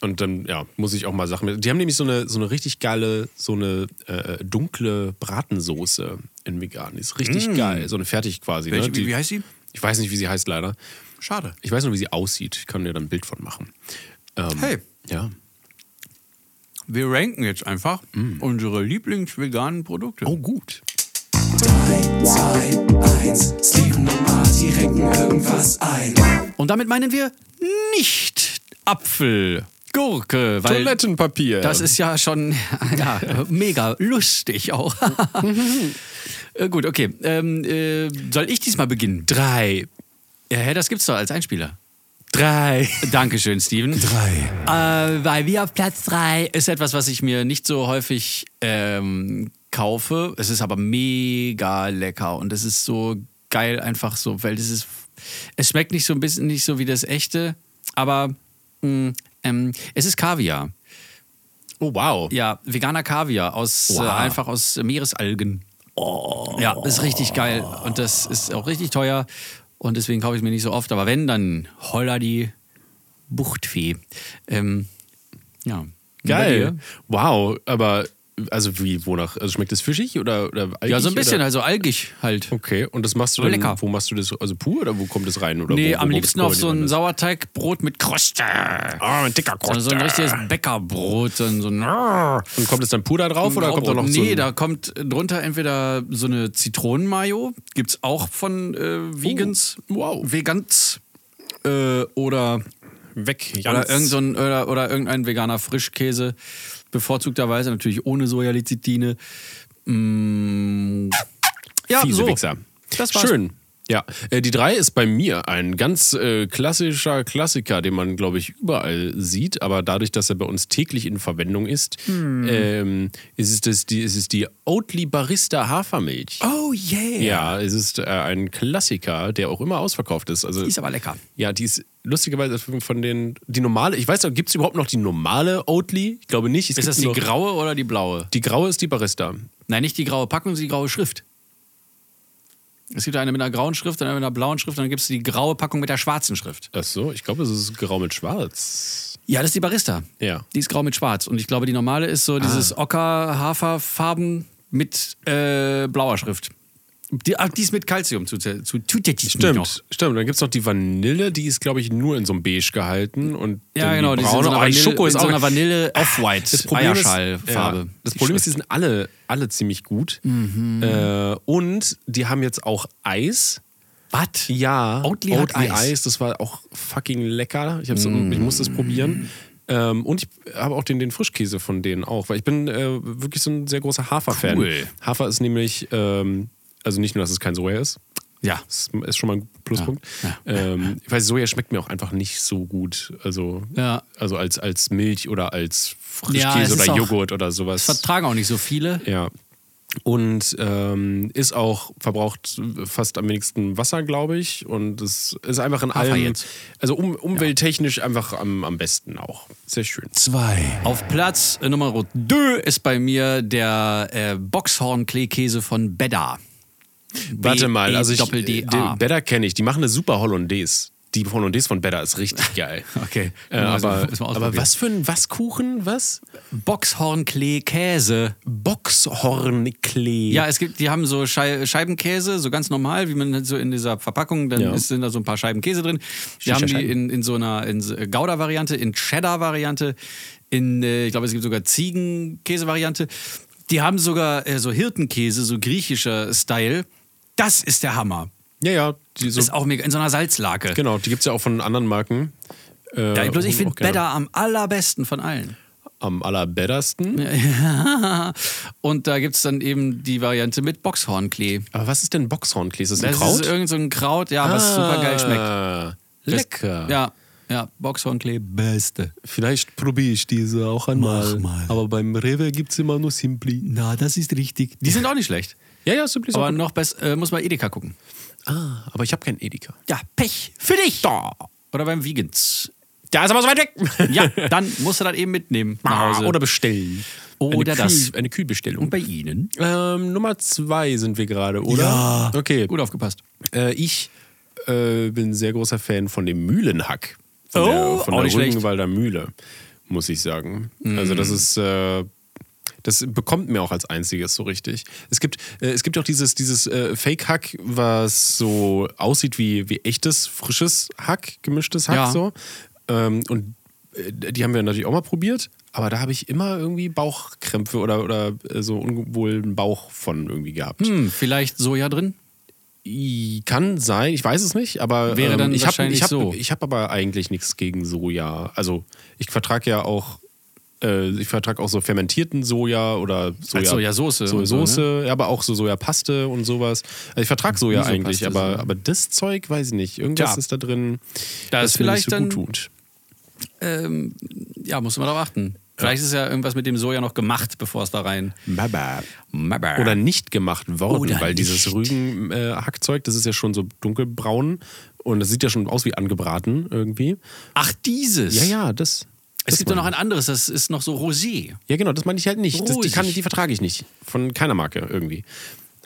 Speaker 2: Und dann, ja, muss ich auch mal Sachen mit. Die haben nämlich so eine, so eine richtig geile, so eine äh, dunkle Bratensoße in vegan. Die ist richtig geil. So eine fertig quasi.
Speaker 1: Mm. Welche-
Speaker 2: ne? die,
Speaker 1: wie- wie heißt sie?
Speaker 2: Ich weiß nicht, wie sie heißt, leider.
Speaker 1: Schade.
Speaker 2: Ich weiß nur, wie sie aussieht. Ich kann dir dann ein Bild von machen. Ähm,
Speaker 1: Hey.
Speaker 2: Ja.
Speaker 1: Wir ranken jetzt einfach unsere Lieblingsveganen Produkte.
Speaker 2: Oh, gut.
Speaker 3: 3, 2, 1. Steven und Marty recken irgendwas ein.
Speaker 1: Und damit meinen wir nicht Apfel. Gurke, weil
Speaker 2: Toilettenpapier.
Speaker 1: das ist ja schon [LAUGHS] ja, mega lustig auch. äh, gut, okay. Ähm, äh, soll ich diesmal beginnen?
Speaker 2: drei.
Speaker 1: Ja, hä, das gibt's doch als Einspieler.
Speaker 2: Drei.
Speaker 1: Dankeschön, Steven.
Speaker 7: Drei.
Speaker 1: Äh, bei mir auf Platz 3 ist etwas, was ich mir nicht so häufig ähm, kaufe. Es ist aber mega lecker und es ist so geil einfach so, weil es ist, es schmeckt nicht so ein bisschen nicht so wie das echte, aber mh, ähm, es ist Kaviar.
Speaker 2: Oh, wow.
Speaker 1: Ja, veganer Kaviar aus äh, einfach aus Meeresalgen.
Speaker 2: Oh.
Speaker 1: Ja, ist richtig geil und das ist auch richtig teuer und deswegen kaufe ich es mir nicht so oft. Aber wenn, dann holla die Buchtfee. Ähm, ja.
Speaker 2: Geil.
Speaker 1: Und bei
Speaker 2: Wow, aber also wie, wonach? Also schmeckt das fischig oder, oder
Speaker 1: dir?
Speaker 2: algig
Speaker 1: Ja, so ein bisschen,
Speaker 2: Oder?
Speaker 1: also algig halt.
Speaker 2: Okay, und das machst du
Speaker 1: Aber
Speaker 2: dann,
Speaker 1: lecker.
Speaker 2: wo machst du das? Also pur oder wo kommt das rein? Oder
Speaker 1: Nee,
Speaker 2: wo, wo
Speaker 1: am
Speaker 2: wo-
Speaker 1: liebsten
Speaker 2: wo-
Speaker 1: auf so ein
Speaker 2: anders?
Speaker 1: Sauerteigbrot mit Kruste. Also
Speaker 2: Ah, ein dicker
Speaker 1: So,
Speaker 2: Kruste.
Speaker 1: so ein richtiges Bäckerbrot. So ein, so ein
Speaker 2: Und kommt es dann pur da drauf oder kommt da noch
Speaker 1: nee,
Speaker 2: so ein,
Speaker 1: da kommt drunter entweder so eine Zitronenmayo, gibt's auch von
Speaker 2: Oh.
Speaker 1: äh, Vegans, wow. Vegans äh, oder
Speaker 2: weg?
Speaker 1: oder,
Speaker 2: Jans.
Speaker 1: irgend so ein, oder, oder irgendein veganer Frischkäse, bevorzugterweise natürlich ohne Sojalizitine. Mm, ja,
Speaker 2: fiese
Speaker 1: so.
Speaker 2: Wichser.
Speaker 1: Das war's.
Speaker 2: Schön. Ja, äh, die drei ist bei mir ein ganz äh, klassischer Klassiker, den man, glaube ich, überall sieht, aber dadurch, dass er bei uns täglich in Verwendung ist,
Speaker 1: Hm.
Speaker 2: ähm, ist, es das, die, ist es die Oatly Barista Hafermilch.
Speaker 1: Oh yeah.
Speaker 2: Ja, es ist äh, ein Klassiker, der auch immer ausverkauft ist. Also,
Speaker 1: Die ist aber lecker.
Speaker 2: Ja, die ist lustigerweise von den, die normale, ich weiß nicht, gibt es überhaupt noch die normale Oatly? Ich glaube nicht. Es
Speaker 1: Ist
Speaker 2: gibt
Speaker 1: das die
Speaker 2: noch,
Speaker 1: graue oder die blaue?
Speaker 2: die graue ist die Barista.
Speaker 1: Nein, nicht die graue Packung, sondern die graue Schrift. Es gibt eine mit einer grauen Schrift, eine mit einer blauen Schrift, dann gibt es die graue Packung mit der schwarzen Schrift.
Speaker 2: Ach so, ich glaube, es ist grau mit schwarz.
Speaker 1: Ja, das ist die Barista.
Speaker 2: Ja. Ah.
Speaker 1: Die ist grau mit schwarz. Und ich glaube, die normale ist so dieses Ocker-Haferfarben mit äh, blauer Schrift. Die, ach, die ist mit Calcium zu, zu zusätzlich
Speaker 2: Stimmt,
Speaker 1: noch.
Speaker 2: stimmt. Dann gibt es noch die Vanille, die ist, glaube ich, nur in so einem Beige gehalten. Und
Speaker 1: Ja,
Speaker 2: dann
Speaker 1: genau.
Speaker 2: die
Speaker 1: Die ist in
Speaker 2: braune.
Speaker 1: so einer
Speaker 2: Ah, die
Speaker 1: Vanille,
Speaker 2: Schoko ist
Speaker 1: in
Speaker 2: auch
Speaker 1: so einer Vanille Off-White.
Speaker 2: Das Problem ist,
Speaker 1: Eierschallfarbe.
Speaker 2: ja, das Problem ist, die sind alle, alle ziemlich gut.
Speaker 1: Mhm.
Speaker 2: Äh, und die haben jetzt auch Eis.
Speaker 1: Was?
Speaker 2: Ja,
Speaker 1: Oatly hat Eis. Mm.
Speaker 2: das war auch fucking lecker. Ich, hab's, ich musste es probieren. Ähm, und ich habe auch den, den Frischkäse von denen auch, weil ich bin äh, wirklich so ein sehr großer Hafer-Fan.
Speaker 1: Cool.
Speaker 2: Hafer ist nämlich, ähm, also nicht nur, dass es kein Soja ist,
Speaker 1: Ja.
Speaker 2: das ist schon mal ein Pluspunkt.
Speaker 1: Ja,
Speaker 2: Ähm, ich weiß, Soja schmeckt mir auch einfach nicht so gut. Also,
Speaker 1: Ja.
Speaker 2: also als, als Milch oder als
Speaker 1: Ja, es
Speaker 2: Frischkäse
Speaker 1: ist
Speaker 2: oder
Speaker 1: auch-
Speaker 2: Joghurt oder sowas.
Speaker 1: Vertragen auch nicht so viele.
Speaker 2: Ja. Und ähm, ist auch, verbraucht fast am wenigsten Wasser, glaube ich. Und es ist einfach in
Speaker 1: Hafer
Speaker 2: allem,
Speaker 1: jetzt.
Speaker 2: also um, umwelttechnisch einfach am, am besten auch. Sehr schön.
Speaker 7: Zwei.
Speaker 1: Auf Platz äh, Nummer 2 ist bei mir der äh, Boxhorn-Kleekäse von Bedda.
Speaker 2: Warte
Speaker 1: E,
Speaker 2: mal, also ich,
Speaker 1: Doppel-D-A.
Speaker 2: die- Better kenne ich, die machen eine super Hollandaise. Die Hollandaise von Better
Speaker 1: [LAUGHS]
Speaker 2: ist richtig geil.
Speaker 1: Okay.
Speaker 2: Äh,
Speaker 1: Also,
Speaker 2: aber,
Speaker 1: müssen wir
Speaker 2: aber
Speaker 1: ausprobieren.
Speaker 2: was für ein, was Kuchen, was?
Speaker 1: Boxhorn-Klee-Käse.
Speaker 2: Boxhornklee.
Speaker 1: Ja, es gibt, die haben so Schei Scheibenkäse, so ganz normal, wie man halt so in dieser Verpackung, dann
Speaker 2: Ja.
Speaker 1: ist, sind da so ein paar Scheiben Käse drin. Wir haben die
Speaker 2: Scheiben.
Speaker 1: in, in so einer in so- äh, Gouda-Variante, in Cheddar-Variante, in, äh, ich glaube, es gibt sogar Ziegenkäse-Variante. Die haben sogar äh, so Hirtenkäse, so griechischer Style. Das ist der Hammer.
Speaker 2: ja, ja die so,
Speaker 1: Ist auch mega, in so einer Salzlake.
Speaker 2: genau, die gibt es ja auch von anderen Marken. Äh,
Speaker 1: Ja, bloß ich
Speaker 2: auch
Speaker 1: finde
Speaker 2: gerne.
Speaker 1: Better am allerbesten von allen. [LAUGHS]
Speaker 2: Am allerbettersten.
Speaker 1: Und da gibt es dann eben die Variante mit Boxhornklee.
Speaker 2: Aber was ist denn Boxhornklee? Ist das ein
Speaker 1: Das
Speaker 2: Kraut?
Speaker 1: ist irgend so ein Kraut, ja, was super geil schmeckt.
Speaker 2: Ah, Lecker.
Speaker 1: Ja, ja, Boxhornklee, beste.
Speaker 2: Vielleicht probiere ich diese auch einmal. Aber beim Rewe gibt es immer nur Simpli.
Speaker 1: Na, das ist richtig. Die sind auch nicht schlecht.
Speaker 2: Ja, ja, Simpli ist
Speaker 1: Aber
Speaker 2: aber,
Speaker 1: noch besser, äh, muss man Edeka gucken.
Speaker 2: ah, aber ich habe keinen Edeka.
Speaker 1: Ja, Pech für dich. Da. Oder beim Vegans.
Speaker 2: Da ist aber so weit weg.
Speaker 1: Ja, dann musst du das eben
Speaker 2: [LAUGHS]
Speaker 1: mitnehmen nach Hause.
Speaker 2: Oder bestellen.
Speaker 1: Oder
Speaker 2: eine
Speaker 1: das.
Speaker 2: Kühl, eine Kühlbestellung.
Speaker 1: Und bei Ihnen?
Speaker 2: Ähm, Nummer zwei sind wir gerade, oder? Ja. Okay.
Speaker 1: Gut aufgepasst.
Speaker 2: Äh, ich äh, bin sehr großer Fan von dem Mühlenhack. Von
Speaker 1: Oh,
Speaker 2: der, von
Speaker 1: auch
Speaker 2: der
Speaker 1: nicht schlecht. Mm.
Speaker 2: Rügenwalder Mühle, muss ich sagen. Also das ist, äh, das bekommt mir auch als einziges so richtig. Es gibt, äh, es gibt auch dieses, dieses äh, Fake-Hack, was so aussieht wie, wie echtes, frisches Hack, gemischtes Hack
Speaker 1: Ja.
Speaker 2: so. Ähm, und äh, die haben wir natürlich auch mal probiert, aber da habe ich immer irgendwie Bauchkrämpfe oder, oder äh, so unwohlen Bauch von irgendwie gehabt.
Speaker 1: Hm, vielleicht Soja drin?
Speaker 2: I- Kann sein, ich weiß es nicht, aber ähm,
Speaker 1: Wäre dann
Speaker 2: ich habe
Speaker 1: wahrscheinlich
Speaker 2: ich hab,
Speaker 1: so.
Speaker 2: Ich habe aber eigentlich nichts gegen Soja. Also ich vertrage ja auch, äh, ich vertrage auch so fermentierten Soja oder Soja,
Speaker 1: Sojasauce und so, ne?
Speaker 2: Sojasauce, ja, aber auch so Sojapaste und sowas. Also ich vertrage Soja
Speaker 1: Misopaste
Speaker 2: eigentlich,
Speaker 1: so.
Speaker 2: aber, aber das Zeug weiß ich nicht. Irgendwas
Speaker 1: Tja.
Speaker 2: ist da drin,
Speaker 1: Da
Speaker 2: das
Speaker 1: ist
Speaker 2: mir
Speaker 1: vielleicht
Speaker 2: nicht so
Speaker 1: dann-
Speaker 2: gut tut.
Speaker 1: Ähm, ja, muss man darauf achten. Vielleicht ist ja irgendwas mit dem Soja noch gemacht, bevor es da rein.
Speaker 2: Baba.
Speaker 1: Mabba.
Speaker 2: Oder nicht gemacht worden,
Speaker 1: Oder
Speaker 2: weil dieses
Speaker 1: nicht.
Speaker 2: Rügenhackzeug, das ist ja schon so dunkelbraun und das sieht ja schon aus wie angebraten irgendwie.
Speaker 1: Ach, dieses.
Speaker 2: Ja, ja, das.
Speaker 1: Es
Speaker 2: das
Speaker 1: gibt doch noch
Speaker 2: meine
Speaker 1: ein anderes, das ist noch so rosé.
Speaker 2: ich. Ja, genau, das meine ich halt nicht. Das, die
Speaker 1: Rosig.
Speaker 2: kann, ich- die vertrage ich nicht. Von keiner Marke irgendwie.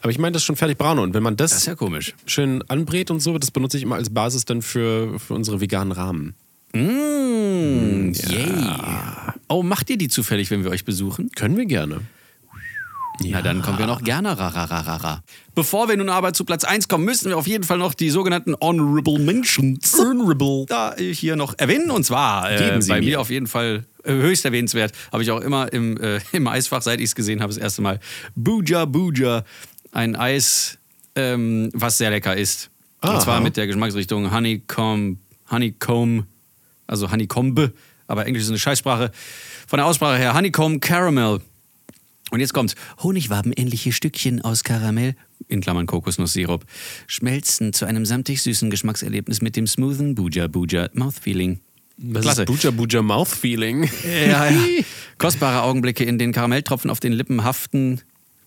Speaker 2: Aber ich meine, das ist schon fertig braun. Und wenn man das,
Speaker 1: Das ist ja komisch.
Speaker 2: schön anbrät und so, das benutze ich immer als Basis dann für, für unsere veganen Rahmen.
Speaker 1: Mm, Yay. Oh, macht ihr die zufällig, wenn wir euch besuchen?
Speaker 2: Können wir gerne.
Speaker 1: Na, dann kommen wir noch gerne. Ra, ra, ra, ra, ra. Bevor wir nun aber zu Platz 1 kommen, müssen wir auf jeden Fall noch die sogenannten Honorable Mentions
Speaker 2: [LAUGHS] Honorable.
Speaker 1: da äh, hier noch erwähnen. Und zwar äh,
Speaker 2: Geben Sie
Speaker 1: bei mir.
Speaker 2: mir.
Speaker 1: auf jeden Fall äh, höchst erwähnenswert. Habe ich auch immer im, äh, im Eisfach, seit ich es gesehen habe, das erste Mal. Buja Buja, ein Eis, ähm, was sehr lecker ist.
Speaker 2: Aha.
Speaker 1: Und zwar mit der Geschmacksrichtung Honeycomb, Honeycomb, also Honeycombe, aber Englisch ist eine Scheißsprache. Von der Aussprache her Honeycomb Caramel. Und jetzt kommt's. Honigwabenähnliche Stückchen aus Karamell, in Klammern Kokosnusssirup, schmelzen zu einem samtig süßen Geschmackserlebnis mit dem smoothen Buja Buja Mouthfeeling.
Speaker 2: Das Klasse. ist Buja Buja Mouth Feeling.
Speaker 1: Ja, ja.
Speaker 2: [LAUGHS]
Speaker 1: Kostbare Augenblicke, in denen Karamelltropfen auf den Lippen haften.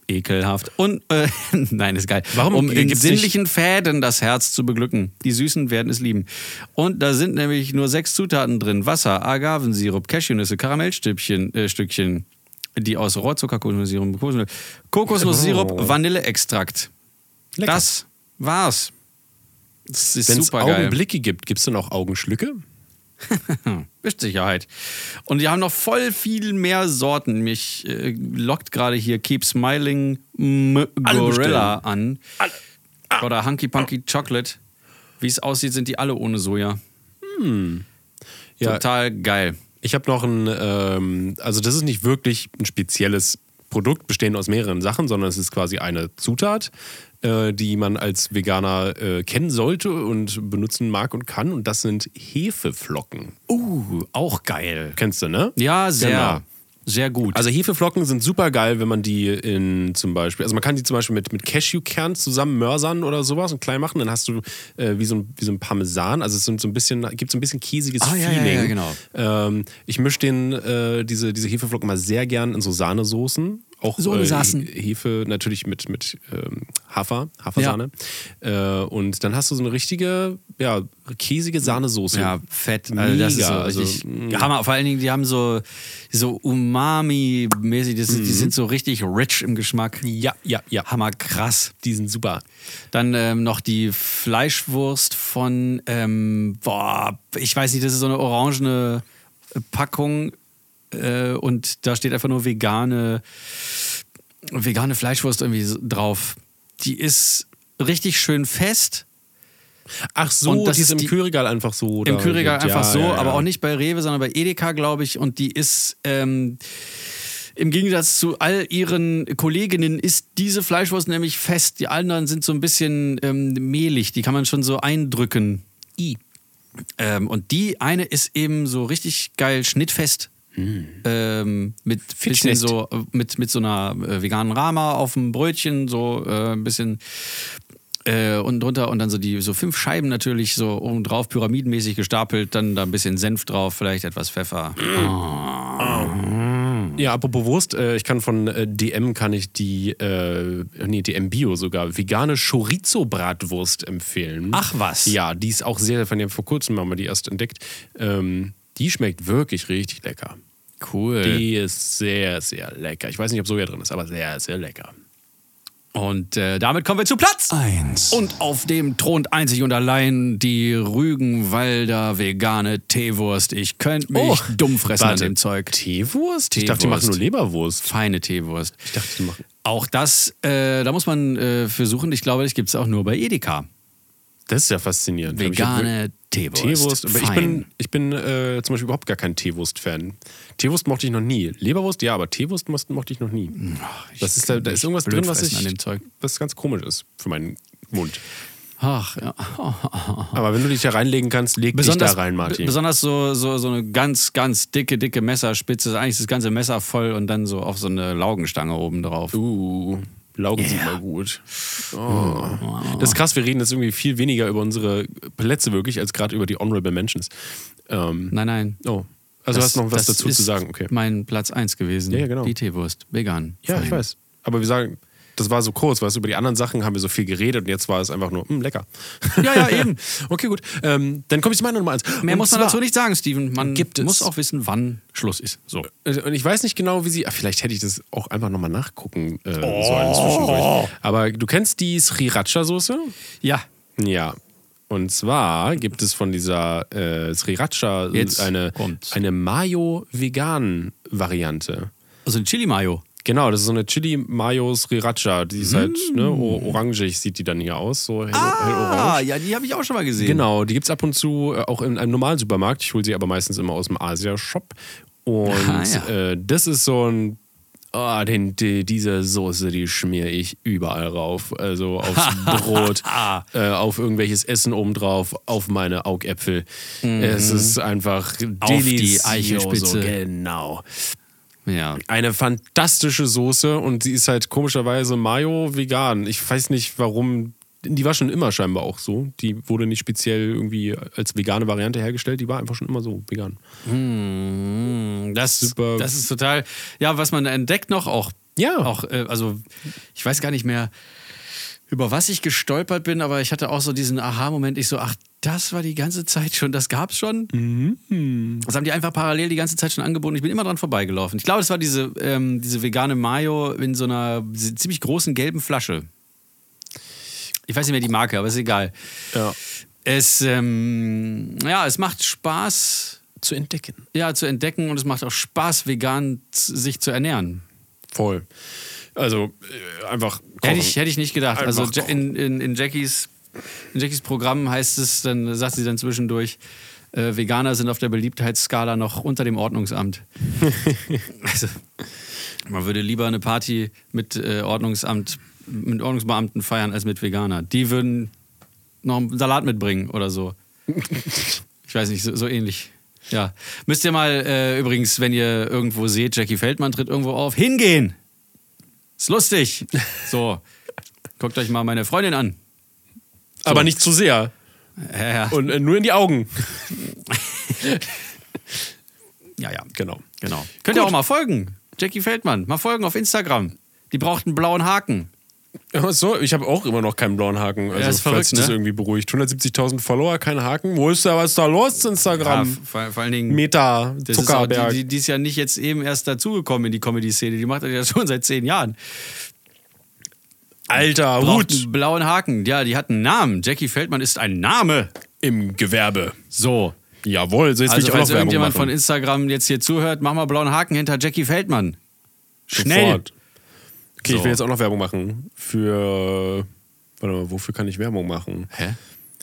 Speaker 1: Ekelhaft. Und, äh, [LAUGHS] nein, ist geil.
Speaker 2: Warum
Speaker 1: um in
Speaker 2: gibt's nicht-
Speaker 1: sinnlichen Fäden das Herz zu beglücken. Die Süßen werden es lieben. Und da sind nämlich nur sechs Zutaten drin. Wasser, Agavensirup, Cashewnüsse, Karamellstückchen, äh, Stückchen, die aus Rohrzucker, Kokosnussirup, Kokosnuss- Kokosnussirup,
Speaker 2: Oh.
Speaker 1: Vanilleextrakt.
Speaker 2: Lecker.
Speaker 1: Das war's. Das ist
Speaker 2: Wenn es
Speaker 1: super geil.
Speaker 2: Augenblicke gibt, gibt es dann auch Augenschlücke?
Speaker 1: [LAUGHS] Mit Sicherheit. Und die haben noch voll viel mehr Sorten. Mich äh, lockt gerade hier Keep Smiling M Gorilla an.
Speaker 2: Ah.
Speaker 1: Oder Hunky Punky Chocolate. Wie es aussieht, sind die alle ohne Soja.
Speaker 2: Hm. Ja,
Speaker 1: Total geil.
Speaker 2: Ich habe noch ein, ähm, also das ist nicht wirklich ein spezielles Produkt, bestehend aus mehreren Sachen, sondern es ist quasi eine Zutat, äh, die man als Veganer äh, kennen sollte und benutzen mag und kann. Und das sind Hefeflocken.
Speaker 1: Uh, auch geil.
Speaker 2: Kennst du, ne?
Speaker 1: Ja, sehr.
Speaker 2: Genau.
Speaker 1: Sehr gut.
Speaker 2: Also Hefeflocken sind super geil, wenn man die in zum Beispiel, also man kann die zum Beispiel mit, mit Cashewkern zusammen mörsern oder sowas und klein machen, dann hast du äh, wie, so ein, wie so ein Parmesan, also es sind so ein bisschen, gibt so ein bisschen käsiges
Speaker 1: Ah, ja, ja,
Speaker 2: Feeling.
Speaker 1: ja, genau.
Speaker 2: Ähm, ich mische den, äh, diese, diese Hefeflocken mal sehr gern in so Sahnesoßen. Auch äh,
Speaker 1: Sohnesaßen.
Speaker 2: He- Hefe natürlich mit, mit ähm, Hafer, Hafersahne. Äh, und dann hast du so eine richtige, ja, käsige Sahnesoße.
Speaker 1: ja, fett. Also das ist so
Speaker 2: Mega, also,
Speaker 1: richtig
Speaker 2: mh.
Speaker 1: Hammer. Vor allen Dingen, die haben so, so Umami-mäßig. Das- Die sind so richtig rich im Geschmack.
Speaker 2: Ja, ja, Mhm. ja.
Speaker 1: Hammer krass.
Speaker 2: Die sind super.
Speaker 1: Dann ähm, noch die Fleischwurst von, ähm, boah, ich weiß nicht, das ist so eine orangene Packung äh, und da steht einfach nur vegane, vegane Fleischwurst irgendwie so drauf. Die ist richtig schön fest.
Speaker 2: Ach so,
Speaker 1: Und das
Speaker 2: die ist
Speaker 1: ist
Speaker 2: im
Speaker 1: die-
Speaker 2: Kühlregal einfach so.
Speaker 1: Im
Speaker 2: da
Speaker 1: Kühlregal
Speaker 2: gibt.
Speaker 1: einfach
Speaker 2: Ja,
Speaker 1: so,
Speaker 2: ja, ja.
Speaker 1: aber auch nicht bei Rewe, sondern bei Edeka, glaube ich. Und die ist ähm, im Gegensatz zu all ihren Kolleginnen ist diese Fleischwurst nämlich fest. Die anderen sind so ein bisschen ähm, mehlig. Die kann man schon so eindrücken. I. Ähm, und die eine ist eben so richtig geil schnittfest. Ähm, mit bisschen
Speaker 2: Fitness.
Speaker 1: so äh, mit, mit so einer äh, veganen Rama auf dem Brötchen, so äh, ein bisschen äh, unten drunter und dann so die so fünf Scheiben natürlich so oben drauf pyramidenmäßig gestapelt, dann da ein bisschen Senf drauf, vielleicht etwas Pfeffer.
Speaker 2: Ja, apropos Wurst, äh, ich kann von äh, DM kann ich die, äh, nee, DM Bio sogar, vegane Chorizo-Bratwurst empfehlen.
Speaker 1: Ach was.
Speaker 2: Ja, die ist auch sehr, von dem vor kurzem haben wir die erst entdeckt. Ähm, die schmeckt wirklich richtig lecker. Äh,
Speaker 1: Cool.
Speaker 2: Die ist sehr, sehr lecker. Ich weiß nicht, ob Soja drin ist, aber sehr, sehr lecker.
Speaker 1: Und äh, damit kommen wir zu Platz
Speaker 3: Eins.
Speaker 1: Und auf dem thront einzig und allein die Rügenwalder vegane Teewurst. Ich könnte mich dumm fressen
Speaker 2: Oh, warte.
Speaker 1: an dem Zeug.
Speaker 2: Teewurst? Ich dachte, die machen
Speaker 1: Teewurst.
Speaker 2: nur Leberwurst.
Speaker 1: Feine Teewurst.
Speaker 2: Ich dachte, die machen.
Speaker 1: Auch das, äh, da muss man äh, für suchen. Ich glaube, das gibt es auch nur bei Edeka.
Speaker 2: Das ist ja faszinierend. Ich hab wirklich-
Speaker 1: Vegane Teewurst.
Speaker 2: Teewurst. Aber ich
Speaker 1: Fein.
Speaker 2: bin, ich bin äh, zum Beispiel überhaupt gar kein Teewurst-Fan. Teewurst mochte ich noch nie. Leberwurst, ja, aber Teewurst mo- mochte ich noch nie.
Speaker 1: ich
Speaker 2: das ist da, da ist irgendwas
Speaker 1: blöd
Speaker 2: drin, was
Speaker 1: fressen
Speaker 2: ich,
Speaker 1: an dem Zeug.
Speaker 2: was ganz komisch ist für meinen Mund.
Speaker 1: Ach, ja.
Speaker 2: Aber wenn du dich da reinlegen kannst, leg dich da rein,
Speaker 1: b-
Speaker 2: Martin.
Speaker 1: Besonders so, so, so eine ganz, ganz dicke, dicke Messerspitze. Eigentlich ist das ganze Messer voll und dann so auf so eine Laugenstange oben drauf.
Speaker 2: Uh, Laugen sind mal gut. Oh. Das ist krass, wir reden jetzt irgendwie viel weniger über unsere Plätze wirklich, als gerade über die Honorable Mentions. Ähm,
Speaker 1: Nein, nein.
Speaker 2: Oh, also hast du noch was dazu zu sagen? Okay.
Speaker 1: mein Platz 1 gewesen.
Speaker 2: Ja, ja, genau.
Speaker 1: Die Teewurst, vegan.
Speaker 2: Ja, ich weiß. Aber wir sagen, das war so kurz, weißt du, über die anderen Sachen haben wir so viel geredet und jetzt war es einfach nur, "Mm, lecker.
Speaker 1: Ja, ja, eben.
Speaker 2: [LAUGHS] okay, gut. Ähm, dann komme ich zu meiner Nummer eins.
Speaker 1: Mehr
Speaker 2: Und
Speaker 1: muss man
Speaker 2: zwar-
Speaker 1: dazu nicht sagen, Steven. Man
Speaker 2: Gibt es.
Speaker 1: muss auch wissen, wann Schluss ist. So.
Speaker 2: Also, Und ich weiß nicht genau, wie sie. Ach, vielleicht hätte ich das auch einfach nochmal nachgucken äh,
Speaker 1: Oh.
Speaker 2: sollen zwischendurch. Aber du kennst die Sriracha-Soße?
Speaker 1: Ja.
Speaker 2: Ja. Und zwar gibt es von dieser äh, Sriracha
Speaker 1: Jetzt
Speaker 2: eine,
Speaker 1: kommt's.
Speaker 2: eine Mayo-Vegan-Variante.
Speaker 1: Also ein Chili-Mayo.
Speaker 2: Genau, das ist so eine Chili Mayo Sriracha. Die ist halt ne, o- orangig, sieht die dann hier aus. So hell,
Speaker 1: Mm. Ah,
Speaker 2: hellorange.
Speaker 1: ja, die habe ich auch schon mal gesehen.
Speaker 2: Genau, die gibt es ab und zu äh, auch in einem normalen Supermarkt. Ich hole sie aber meistens immer aus dem Asia-Shop. Und
Speaker 1: Ah, ja.
Speaker 2: äh, das ist so ein. Ah, den, die, diese Soße, die schmiere ich überall rauf.
Speaker 1: [LAUGHS]
Speaker 2: Also aufs Brot,
Speaker 1: Ah.
Speaker 2: äh, auf irgendwelches Essen obendrauf, auf meine Augäpfel. Es ist einfach
Speaker 1: Mhm. Auf die
Speaker 2: delicioso.
Speaker 1: Eichelspitze.
Speaker 2: Genau
Speaker 1: Ja.
Speaker 2: eine fantastische Soße und sie ist halt komischerweise Mayo vegan. Ich weiß nicht, warum. Die war schon immer scheinbar auch so. Die wurde nicht speziell irgendwie als vegane Variante hergestellt. Die war einfach schon immer so vegan.
Speaker 1: Das,
Speaker 2: Super.
Speaker 1: das ist total. Ja, was man entdeckt noch auch.
Speaker 2: Ja.
Speaker 1: Auch, äh, also, ich weiß gar nicht mehr, über was ich gestolpert bin, aber ich hatte auch so diesen Aha-Moment. Ich so, ach, das war die ganze Zeit schon, das gab's schon.
Speaker 2: Mhm.
Speaker 1: Das haben die einfach parallel die ganze Zeit schon angeboten. Ich bin immer dran vorbeigelaufen. Ich glaube, das war diese, ähm, diese vegane Mayo in so einer ziemlich großen gelben Flasche. Ich weiß nicht mehr die Marke, aber ist egal.
Speaker 2: Ja.
Speaker 1: Es, ähm, ja, es macht Spaß,
Speaker 2: Zu entdecken.
Speaker 1: ja, zu entdecken und es macht auch Spaß, vegan z- sich zu ernähren.
Speaker 2: Voll. Also äh, einfach.
Speaker 1: Hätte
Speaker 2: kochen.
Speaker 1: ich, hätte ich nicht gedacht.
Speaker 2: Einfach
Speaker 1: Also Ja- in, in, in, Jackies, in Jackies Programm heißt es, dann sagt sie dann zwischendurch, äh, Veganer sind auf der Beliebtheitsskala noch unter dem
Speaker 2: [LAUGHS]
Speaker 1: Ordnungsamt. also, man würde lieber eine Party mit äh, Ordnungsamt, mit Ordnungsbeamten feiern als mit Veganer. Die würden noch einen Salat mitbringen oder so. Ich weiß nicht, so, so ähnlich. Ja. Müsst ihr mal äh, übrigens, wenn ihr irgendwo seht, Jackie Feldmann tritt irgendwo auf, hingehen! Ist lustig! So. Guckt euch mal meine Freundin an.
Speaker 2: Aber nicht zu sehr.
Speaker 1: Ja, ja.
Speaker 2: Und äh, nur in die Augen.
Speaker 1: ja, ja.
Speaker 2: Genau.
Speaker 1: Genau. Könnt ihr auch mal folgen. Jackie Feldmann. Mal folgen auf Instagram. Die braucht einen blauen Haken.
Speaker 2: Ach so, ich habe auch immer noch keinen blauen Haken. Also,
Speaker 1: ist verrückt,
Speaker 2: falls das
Speaker 1: ne?
Speaker 2: irgendwie beruhigt. 170.000 Follower, kein Haken. Wo ist da was da los, Instagram?
Speaker 1: Ja, vor, vor allen Dingen.
Speaker 2: Meta,
Speaker 1: das ist auch,
Speaker 2: Ähm, Zuckerberg.
Speaker 1: die, die, die ist ja nicht jetzt eben erst dazugekommen in die Comedy-Szene. Die macht das ja [LAUGHS] schon seit zehn Jahren.
Speaker 2: Alter,
Speaker 1: Braucht
Speaker 2: Hut
Speaker 1: einen blauen Haken. Ja, die hat einen Namen. Jackie Feldmann ist ein Name.
Speaker 2: im Gewerbe.
Speaker 1: So.
Speaker 2: Jawohl, so jetzt
Speaker 1: Also,
Speaker 2: will ich auch
Speaker 1: falls
Speaker 2: noch Werbung
Speaker 1: irgendjemand
Speaker 2: machen.
Speaker 1: von Instagram jetzt hier zuhört, mach mal blauen Haken hinter Jackie Feldmann. Schnell.
Speaker 2: Sofort. Okay, ich
Speaker 1: So.
Speaker 2: will jetzt auch noch Werbung machen. Für. Warte mal, wofür kann ich Werbung machen?
Speaker 1: Hä?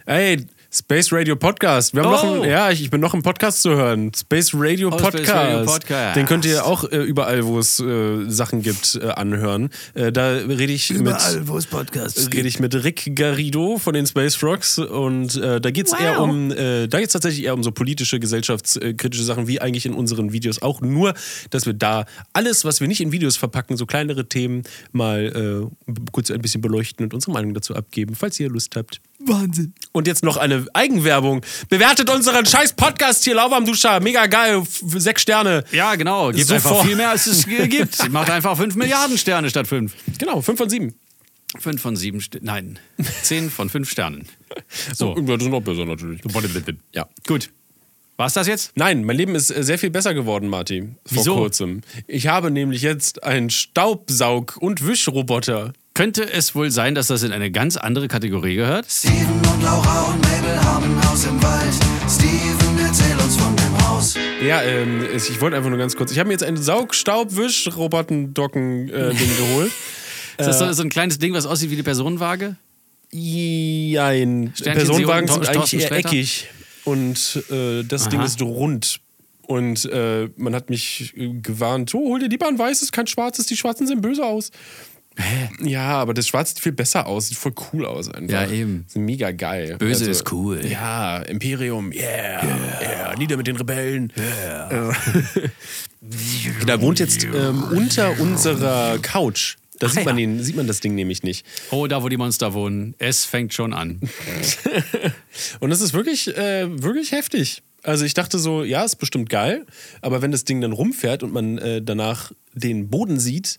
Speaker 2: Ey, Space Radio Podcast. Wir haben
Speaker 1: Oh.
Speaker 2: noch einen, ja, ich, ich bin noch im Podcast zu hören. Space Radio,
Speaker 1: Oh, Space
Speaker 2: Podcast.
Speaker 1: Radio Podcast.
Speaker 2: Den könnt ihr auch äh, überall, wo es äh, Sachen gibt, äh, anhören. Äh, da rede ich mit.
Speaker 5: wo es Podcasts
Speaker 2: rede ich mit Rick Garrido von den Space Rocks und äh, da geht es eher um, äh, da geht tatsächlich eher um so politische, gesellschaftskritische Sachen, wie eigentlich in unseren Videos auch. Nur, dass wir da alles, was wir nicht in Videos verpacken, so kleinere Themen mal äh, b- kurz ein bisschen beleuchten und unsere Meinung dazu abgeben, falls ihr Lust habt.
Speaker 5: Wahnsinn.
Speaker 2: Und jetzt noch eine Eigenwerbung. Bewertet unseren scheiß Podcast hier, Lauf am Duscher. Mega geil. F sechs Sterne.
Speaker 1: Ja, genau. Gibt einfach
Speaker 2: Sofort.
Speaker 1: viel mehr, als es g- gibt. Sie macht einfach 5 Milliarden Sterne statt 5.
Speaker 2: Genau, fünf von sieben.
Speaker 1: 5 von 7 Sternen. Nein, 10 von 5 Sternen. So.
Speaker 2: Irgendwer ist noch besser natürlich. Ja.
Speaker 1: Gut. War's das jetzt?
Speaker 2: Nein, mein Leben ist äh, sehr viel besser geworden, Martin. Vor
Speaker 1: Wieso?
Speaker 2: kurzem. Ich habe nämlich jetzt einen Staubsaug- und Wischroboter.
Speaker 1: Könnte es wohl sein, dass das in eine ganz andere Kategorie gehört?
Speaker 8: Steven und Laura und Mabel haben ein Haus im Wald. Steven, erzähl uns von dem Haus.
Speaker 2: Ja, ähm, es- ich wollte einfach nur ganz kurz. Ich habe mir jetzt einen Saug-, Staub-, Wisch-, Roboten-Docken-Ding geholt.
Speaker 1: Ist
Speaker 2: Äh.
Speaker 1: das so, so ein kleines Ding, was aussieht wie die Personenwaage?
Speaker 2: Jein.
Speaker 1: Sternchen,
Speaker 2: Personenwagen
Speaker 1: Sie und
Speaker 2: sind
Speaker 1: Thor-
Speaker 2: eigentlich eher
Speaker 1: Thorsten Sträter?
Speaker 2: eckig. Und äh, das Ding ist rund. Und äh, man hat mich äh, gewarnt, oh, hol dir lieber ein weißes, kein schwarzes, die schwarzen sehen böse aus. Ja, aber das Schwarz sieht viel besser aus, sieht voll cool aus einfach.
Speaker 1: Ja, eben.
Speaker 2: Ist mega geil. Also,
Speaker 1: Böse ist cool.
Speaker 2: Ja, Imperium, yeah, yeah, nieder mit den Rebellen. Yeah. [LAUGHS] da wohnt jetzt ähm, unter unserer Couch. Da
Speaker 1: Ah,
Speaker 2: sieht, man den, sieht man das Ding nämlich nicht.
Speaker 1: Oh, da wo die Monster wohnen. Es fängt schon an.
Speaker 2: [LAUGHS] Und das ist wirklich, äh, wirklich heftig. Also ich dachte so, ja, ist bestimmt geil, aber wenn das Ding dann rumfährt und man äh, danach den Boden sieht,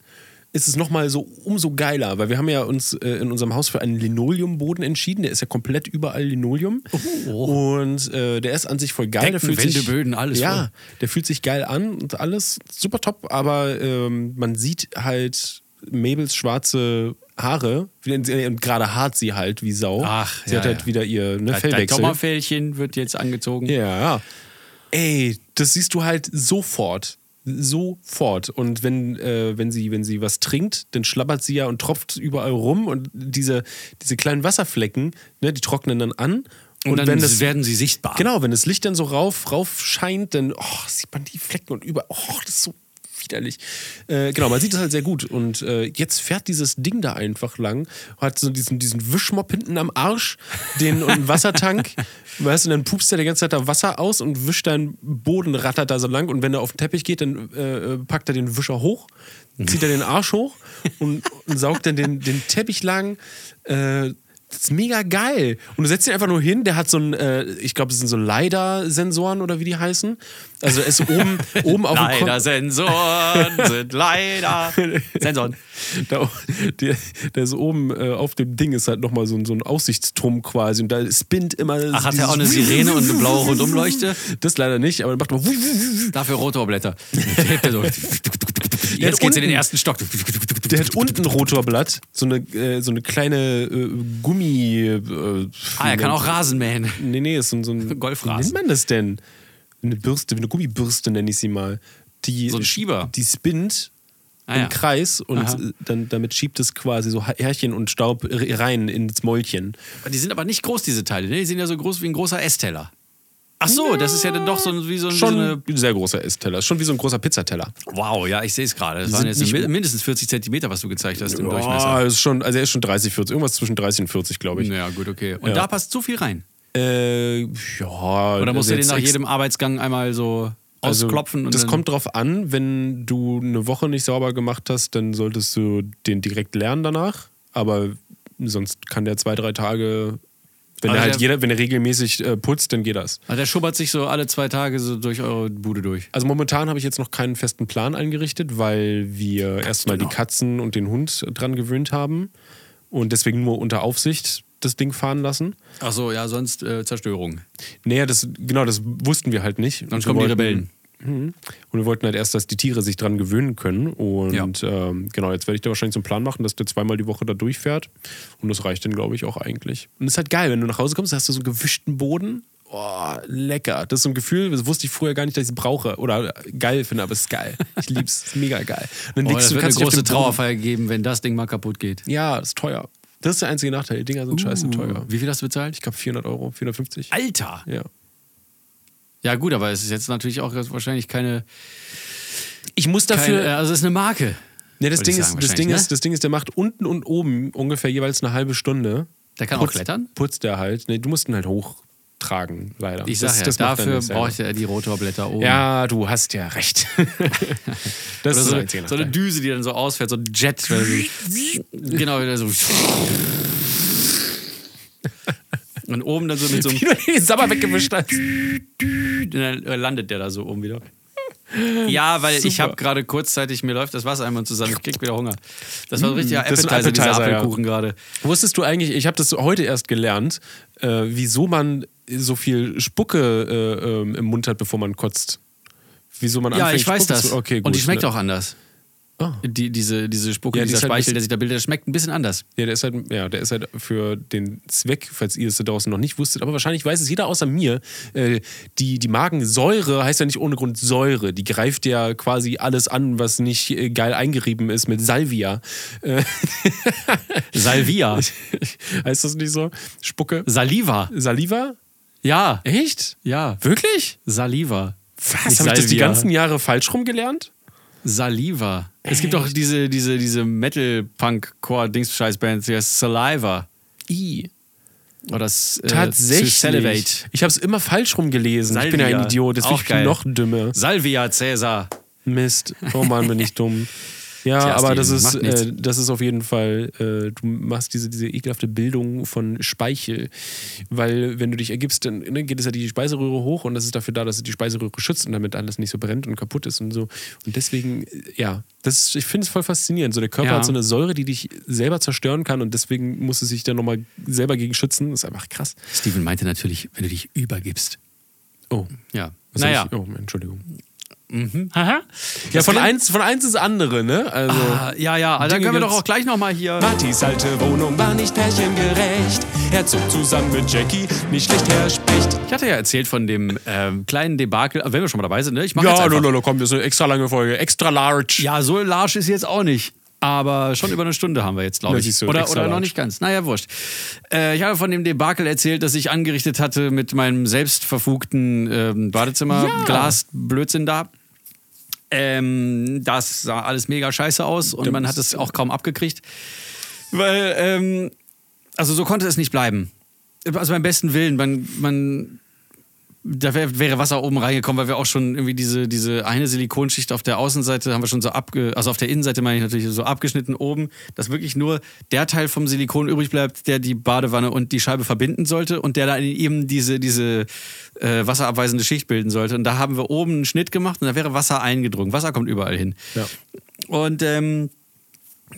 Speaker 2: ist es nochmal so umso geiler, weil wir haben ja uns äh, in unserem Haus für einen Linoleumboden entschieden. Der ist ja komplett überall Linoleum. Und äh, der ist an sich voll geil. Der
Speaker 1: Oh. Decken,
Speaker 2: fühlt sich,
Speaker 1: Wände, Böden, alles
Speaker 2: Ja,
Speaker 1: voll.
Speaker 2: der fühlt sich geil an und alles super top, aber ähm, man sieht halt Mabels schwarze Haare Wie- und gerade hart sie halt wie Sau.
Speaker 1: Ach,
Speaker 2: sie
Speaker 1: ja,
Speaker 2: hat halt
Speaker 1: ja.
Speaker 2: wieder ihr ne,
Speaker 1: Dein
Speaker 2: Fellwechsel.
Speaker 1: Sommerfällchen wird jetzt angezogen.
Speaker 2: Ja, ja. Ey, das siehst du halt sofort. Sofort. Und wenn, äh, wenn, sie, wenn sie was trinkt, dann schlabbert sie ja und tropft überall rum und diese, diese kleinen Wasserflecken, ne, die trocknen dann an.
Speaker 1: Und, dann
Speaker 2: wenn das,
Speaker 1: werden sie sichtbar.
Speaker 2: genau, wenn das Licht dann so rauf, rauf scheint, dann oh, sieht man die Flecken und über. Oh, das ist so widerlich. Äh, genau, man sieht das halt sehr gut. Und äh, jetzt fährt dieses Ding da einfach lang, hat so diesen, diesen Wischmopp hinten am Arsch, den und einen Wassertank, [LAUGHS] weißt du, und dann pupst er die ganze Zeit da Wasser aus und wischt deinen Boden, rattert da so lang. Und wenn er auf den Teppich geht, dann äh, packt er den Wischer hoch, zieht er den Arsch hoch und, und saugt dann den, den Teppich lang. Äh, das ist mega geil. Und du setzt ihn einfach nur hin, der hat so ein, äh, ich glaube, das sind so LiDAR-Sensoren oder wie die heißen. Also er ist
Speaker 1: [LAUGHS]
Speaker 2: oben, oben auf dem Kopf.
Speaker 1: Leider Sensoren sind
Speaker 2: [LAUGHS]
Speaker 1: leider Sensoren.
Speaker 2: Da, o- der, der ist oben äh, auf dem Ding, ist halt nochmal so, ein- so ein Aussichtsturm quasi und da spinnt immer.
Speaker 1: Ach, hat er
Speaker 2: dieses-
Speaker 1: auch eine Sirene und eine
Speaker 2: [LAUGHS]
Speaker 1: blaue Rundumleuchte?
Speaker 2: Das leider nicht, aber macht man.
Speaker 1: Dafür Rotorblätter. Hebt er so. Jetzt geht's in den
Speaker 2: unten-
Speaker 1: ersten Stock.
Speaker 2: Der hat unten ein Rotorblatt, so eine, äh, so eine kleine äh, Gummi. Äh,
Speaker 1: Ah, er kann auch Rasen mähen.
Speaker 2: Nee, nee, ist so, ein- so ein.
Speaker 1: Golfrasen.
Speaker 2: Wie nennt man das denn? Eine Bürste, eine Gummibürste nenne ich sie mal. Die,
Speaker 1: So ein Schieber.
Speaker 2: Die spinnt
Speaker 1: Ah,
Speaker 2: im
Speaker 1: ja.
Speaker 2: Kreis und
Speaker 1: Aha.
Speaker 2: äh, dann, damit schiebt es quasi so Härchen und Staub r- rein ins Mäulchen.
Speaker 1: Die sind aber nicht groß, diese Teile. Ne? Die sind ja so groß wie ein großer Essteller. Ach so, das ist ja dann doch so, ein- wie so, ein- wie so
Speaker 2: Schon
Speaker 1: eine.
Speaker 2: ein sehr großer Essteller. Schon wie so ein großer Pizzateller.
Speaker 1: Wow, ja, ich sehe es gerade. Das waren
Speaker 2: sind
Speaker 1: jetzt
Speaker 2: nicht-
Speaker 1: mi- mindestens 40 Zentimeter, was du gezeigt hast im
Speaker 2: Ah,
Speaker 1: Durchmesser.
Speaker 2: ist schon, also er ist schon 30, 40. Irgendwas zwischen 30 und 40, glaube ich.
Speaker 1: Ja, gut, okay. Und
Speaker 2: Ja.
Speaker 1: da passt zu viel rein.
Speaker 2: Äh, ja.
Speaker 1: Oder musst
Speaker 2: also
Speaker 1: du den
Speaker 2: jetzt
Speaker 1: nach
Speaker 2: ex-
Speaker 1: jedem Arbeitsgang einmal so
Speaker 2: Also,
Speaker 1: ausklopfen? Und
Speaker 2: das
Speaker 1: dann-
Speaker 2: kommt drauf an, wenn du eine Woche nicht sauber gemacht hast, dann solltest du den direkt lernen danach. Aber sonst kann der zwei, drei Tage, wenn
Speaker 1: Also
Speaker 2: er halt
Speaker 1: der-
Speaker 2: jeder, wenn er regelmäßig äh, putzt, dann geht das.
Speaker 1: Also der schubbert sich so alle zwei Tage so durch eure Bude durch.
Speaker 2: Also momentan habe ich jetzt noch keinen festen Plan eingerichtet, weil wir erstmal
Speaker 1: genau.
Speaker 2: die Katzen und den Hund dran gewöhnt haben und deswegen nur unter Aufsicht das Ding fahren lassen.
Speaker 1: Ach so, ja, sonst äh, Zerstörung.
Speaker 2: Naja, das, genau, das wussten wir halt nicht.
Speaker 1: Sonst
Speaker 2: Wir
Speaker 1: kommen die
Speaker 2: wollten-
Speaker 1: Rebellen.
Speaker 2: Mhm. Und wir wollten halt erst, dass die Tiere sich dran gewöhnen können. Und ähm, genau, jetzt werde ich da wahrscheinlich so einen Plan machen, dass der zweimal die Woche da durchfährt. Und das reicht dann, glaube ich, auch eigentlich. Und ist halt geil, wenn du nach Hause kommst, hast du so einen gewischten Boden. Oh, lecker. Das ist so ein Gefühl, das wusste ich früher gar nicht, dass ich es brauche. Oder geil finde, aber es ist geil. Ich lieb's, ist mega geil. Und dann
Speaker 1: Oh, das
Speaker 2: liegst du,
Speaker 1: wird eine
Speaker 2: kannst dich auf
Speaker 1: große
Speaker 2: den Boden-
Speaker 1: Trauerfeier geben, wenn das Ding mal kaputt geht.
Speaker 2: Ja, ist teuer. Das ist der einzige Nachteil. Die Dinger sind scheiße teuer.
Speaker 1: Wie viel hast du bezahlt?
Speaker 2: Ich glaube 400 Euro, 450.
Speaker 1: Alter!
Speaker 2: Ja.
Speaker 1: Ja gut, aber es ist jetzt natürlich auch wahrscheinlich keine...
Speaker 2: Ich muss
Speaker 1: keine
Speaker 2: dafür.
Speaker 1: äh, also es ist eine Marke.
Speaker 2: Nee, das
Speaker 1: Wollte
Speaker 2: Ding,
Speaker 1: ich
Speaker 2: ist,
Speaker 1: sagen,
Speaker 2: das, Ding
Speaker 1: wahrscheinlich, ne?
Speaker 2: ist, das Ding ist, der macht unten und oben ungefähr jeweils eine halbe Stunde.
Speaker 1: Der kann auch klettern?
Speaker 2: Putzt der halt. Nee, du musst ihn halt hochtragen, leider.
Speaker 1: Ich sag ja,
Speaker 2: macht er
Speaker 1: dafür
Speaker 2: nicht selber.
Speaker 1: braucht er die Rotorblätter oben.
Speaker 2: Ja, du hast
Speaker 1: [LAUGHS]
Speaker 2: ja recht. das
Speaker 1: Oder
Speaker 2: ist
Speaker 1: so,
Speaker 2: so
Speaker 1: eine, so eine Düse, die dann so ausfährt, so ein Jet. weil so- genau, wieder so... Und oben dann so mit so einem...
Speaker 2: Sabber weggewischt hast.
Speaker 1: Und dann äh, landet der da so oben wieder. Ja, weil ich
Speaker 2: Super.
Speaker 1: habe gerade kurzzeitig, mir läuft das Wasser einmal zusammen, ich krieg wieder Hunger. Das war ein richtiger
Speaker 2: Mm, das ist ein
Speaker 1: Appetizer, dieser
Speaker 2: Appetizer, ja.
Speaker 1: Apfelkuchen gerade.
Speaker 2: Wusstest du eigentlich, ich habe das heute erst gelernt, äh, wieso man so viel Spucke äh, ähm, im Mund hat, bevor man kotzt. Wieso man
Speaker 1: Ja,
Speaker 2: anfängt,
Speaker 1: ich weiß
Speaker 2: Spucke
Speaker 1: das.
Speaker 2: Zu, okay, gut,
Speaker 1: Und die schmeckt
Speaker 2: ne?
Speaker 1: auch anders.
Speaker 2: Ah.
Speaker 1: Die, diese, diese Spucke,
Speaker 2: Ja, die
Speaker 1: dieser
Speaker 2: ist halt ein
Speaker 1: Speichel,
Speaker 2: bisschen-
Speaker 1: der sich da bildet, der schmeckt ein bisschen anders.
Speaker 2: Ja, der ist halt, ja, der ist halt für den Zweck, falls ihr es da draußen noch nicht wusstet, aber wahrscheinlich weiß es jeder außer mir. Äh, die, die Magensäure heißt ja nicht ohne Grund Säure. Die greift ja quasi alles an, was nicht äh, geil eingerieben ist mit Salvia. Äh, [LAUGHS]
Speaker 1: Salvia.
Speaker 2: heißt das nicht so? Spucke?
Speaker 1: Saliva.
Speaker 2: Saliva?
Speaker 1: Ja.
Speaker 2: Echt?
Speaker 1: Ja.
Speaker 2: Wirklich?
Speaker 1: Wirklich? Saliva.
Speaker 2: Was? Habe ich das die ganzen Jahre falsch rumgelernt?
Speaker 1: Saliva. Es gibt doch diese, diese, diese Metal-Punk-Core-Dings-Scheiß-Bands, die heißt Saliva.
Speaker 2: I.
Speaker 1: Oder S- äh,
Speaker 2: Tatsächlich.
Speaker 1: Salivate.
Speaker 2: Ich habe es immer falsch rum gelesen. Ich bin ja ein Idiot, deswegen
Speaker 1: Auch
Speaker 2: bin ich
Speaker 1: geil.
Speaker 2: noch dümmer.
Speaker 1: Salvia Caesar.
Speaker 2: Mist. Oh Mann, bin
Speaker 1: [LAUGHS]
Speaker 2: ich dumm. Ja,
Speaker 1: Tja,
Speaker 2: aber das
Speaker 1: Steven,
Speaker 2: ist,
Speaker 1: macht nichts.
Speaker 2: äh, das ist auf jeden Fall, äh, du machst diese, diese ekelhafte Bildung von Speichel, weil wenn du dich ergibst, dann ne, geht es ja die Speiseröhre hoch und das ist dafür da, dass es die Speiseröhre schützt und damit alles nicht so brennt und kaputt ist und so. Und deswegen, äh, ja, das, ist- ich finde es voll faszinierend. So der Körper
Speaker 1: Ja.
Speaker 2: hat so eine Säure, die dich selber zerstören kann und deswegen musst du sich dann nochmal selber gegen schützen. Das ist einfach krass.
Speaker 1: Steven meinte natürlich, wenn du dich übergibst.
Speaker 2: Oh,
Speaker 1: Ja.
Speaker 2: was hab
Speaker 1: naja.
Speaker 2: Ich? Oh, Entschuldigung.
Speaker 1: Aha.
Speaker 2: Ja, von
Speaker 1: klingt-
Speaker 2: eins, von eins ins andere, ne? Also.
Speaker 1: Ah, ja, ja, dann
Speaker 2: Dinge
Speaker 1: können wir doch
Speaker 2: gibt's.
Speaker 1: auch gleich nochmal hier.
Speaker 2: Martys alte Wohnung war nicht pärchengerecht. Er zog zusammen mit Jackie, nicht schlecht her spricht.
Speaker 1: Ich hatte ja erzählt von dem ähm, kleinen Debakel, wenn wir schon mal dabei sind, ne? Ich mach jetzt
Speaker 2: Ja,
Speaker 1: einfach.
Speaker 2: no, no, no, komm, das ist eine extra lange Folge. Extra large.
Speaker 1: Ja, so large ist jetzt auch nicht. Aber schon über eine Stunde haben wir jetzt, glaube
Speaker 2: Ja,
Speaker 1: ich.
Speaker 2: siehst du,
Speaker 1: oder
Speaker 2: extra
Speaker 1: oder noch
Speaker 2: large.
Speaker 1: nicht ganz. Naja, wurscht. Äh, ich habe von dem Debakel erzählt, das ich angerichtet hatte mit meinem selbstverfugten ähm, Badezimmerglas-Blödsinn da. Ähm, das sah alles mega scheiße aus und man hat es auch kaum abgekriegt. Weil, ähm, also so konnte es nicht bleiben. Also beim besten Willen, man, man da wär, wäre Wasser oben reingekommen, weil wir auch schon irgendwie diese, diese eine Silikonschicht auf der Außenseite haben wir schon so abge, also auf der Innenseite meine ich natürlich so abgeschnitten oben, dass wirklich nur der Teil vom Silikon übrig bleibt, der die Badewanne und die Scheibe verbinden sollte und der dann eben diese, diese äh, wasserabweisende Schicht bilden sollte. Und da haben wir oben einen Schnitt gemacht und da wäre Wasser eingedrungen. Wasser kommt überall hin.
Speaker 2: Ja.
Speaker 1: Und ähm,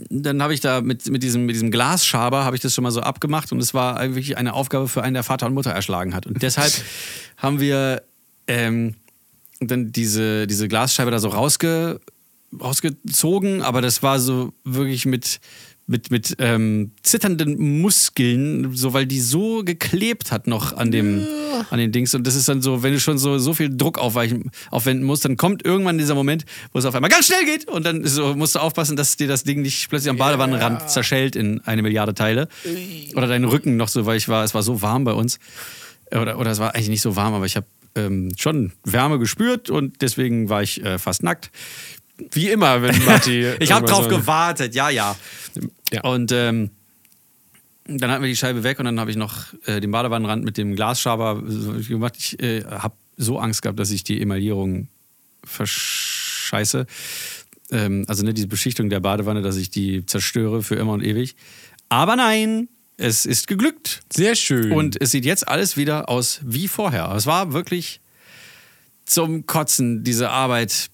Speaker 1: dann habe ich da mit, mit, diesem, mit diesem Glasschaber habe ich das schon mal so abgemacht und es war wirklich eine Aufgabe für einen, der Vater und Mutter erschlagen hat. Und deshalb haben wir ähm, dann diese, diese Glasscheibe da so rausge, rausgezogen, aber das war so wirklich mit, mit, mit ähm, zitternden Muskeln, so weil die so geklebt hat noch an dem, an den Dings. Und das ist dann so, wenn du schon so, so viel Druck aufweichen, aufwenden musst, dann kommt irgendwann dieser Moment, wo es auf einmal ganz schnell geht und dann ist so, musst du aufpassen, dass dir das Ding nicht plötzlich am Badewannenrand zerschellt in eine Milliarde Teile. Oder deinen Rücken noch so, weil ich war, es war so warm bei uns. Oder, oder es war eigentlich nicht so warm, aber ich habe ähm, schon Wärme gespürt und deswegen war ich äh, fast nackt.
Speaker 2: Wie
Speaker 1: [LAUGHS]
Speaker 2: immer, wenn Marty. äh,
Speaker 1: Ich habe
Speaker 2: irgendwas
Speaker 1: drauf
Speaker 2: sagt.
Speaker 1: gewartet, ja, ja.
Speaker 2: Ja.
Speaker 1: Und ähm, dann hatten wir die Scheibe weg und dann habe ich noch äh, den Badewannenrand mit dem Glasschaber so gemacht. Ich äh, habe so Angst gehabt, dass ich die Emaillierung verscheiße. Ähm, also ne, diese Beschichtung der Badewanne, dass ich die zerstöre für immer und ewig. Aber nein, es ist geglückt.
Speaker 2: Sehr schön.
Speaker 1: Und es sieht jetzt alles wieder aus wie vorher. Es war wirklich zum Kotzen, diese Arbeit.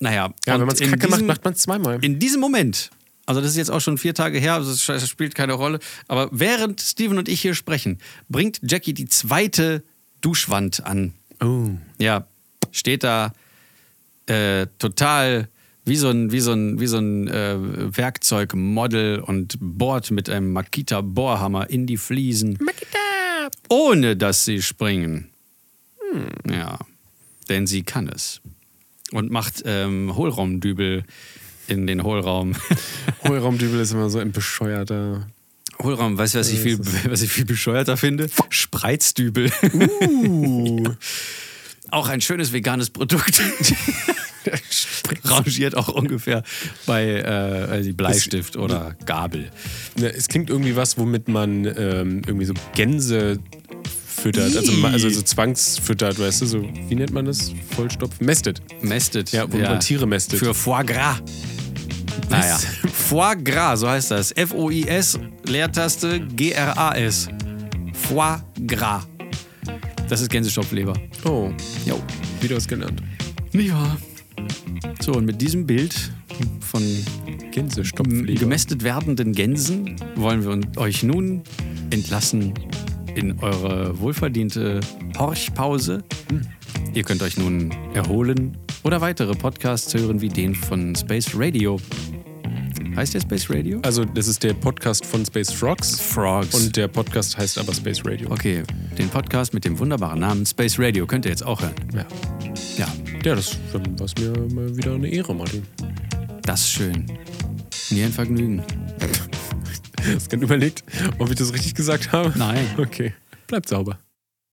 Speaker 1: Naja,
Speaker 2: ja,
Speaker 1: und
Speaker 2: wenn man es
Speaker 1: in
Speaker 2: kacke macht,
Speaker 1: diesem-
Speaker 2: macht man es zweimal. [LAUGHS]
Speaker 1: in diesem Moment, also das ist jetzt auch schon vier Tage her, also das sche- spielt keine Rolle, aber während Steven und ich hier sprechen, bringt Jackie die zweite Duschwand an.
Speaker 2: Oh.
Speaker 1: Ja, steht da äh, total wie so ein, wie so ein, wie so ein äh, Werkzeugmodel und bohrt mit einem Makita-Bohrhammer in die Fliesen. Makita! Ohne dass sie springen. Ja, denn sie kann es. Und macht ähm, Hohlraumdübel in den Hohlraum.
Speaker 2: Hohlraumdübel ist immer so ein bescheuerter.
Speaker 1: Hohlraum, weißt du, was ich viel, was ich viel bescheuerter finde? Spreizdübel. [LAUGHS] auch ein schönes veganes Produkt. Rangiert auch ungefähr bei äh, also Bleistift oder Gabel.
Speaker 2: Ne, es klingt irgendwie was, womit man ähm, irgendwie so Gänse füttert. Also,
Speaker 1: Ii.
Speaker 2: ma- also so zwangsfüttert, weißt du? So, wie nennt man das? Vollstopf? Mästet.
Speaker 1: Mästet.
Speaker 2: Ja, womit man Tiere mästet.
Speaker 1: Für Foie Gras. Naja. [LAUGHS] Foie Gras, so heißt das. F-O-I-S, Leertaste, G-R-A-S. Foie Gras. Das ist Gänsestopfleber.
Speaker 2: Oh,
Speaker 1: Jo.
Speaker 2: wieder was gelernt.
Speaker 1: Nicht wahr? So, und mit diesem Bild von
Speaker 2: Gänsestopfleber.
Speaker 1: gemästet werdenden Gänsen wollen wir un- euch nun entlassen in eure wohlverdiente Horchpause. Ihr könnt euch nun erholen oder weitere Podcasts hören wie den von Space Radio. Heißt der Space Radio?
Speaker 2: Also, das ist der Podcast von Space Frogs.
Speaker 1: Frogs.
Speaker 2: Und der Podcast heißt aber Space Radio.
Speaker 1: okay, den Podcast mit dem wunderbaren Namen Space Radio könnt ihr jetzt auch hören.
Speaker 2: Ja.
Speaker 1: Ja,
Speaker 2: ja, das war mir mal wieder eine Ehre, Martin.
Speaker 1: das ist schön. Mir ein Vergnügen.
Speaker 2: Ich habe überlegt, genau ob ich das richtig gesagt habe.
Speaker 1: Nein.
Speaker 2: Okay, bleibt sauber.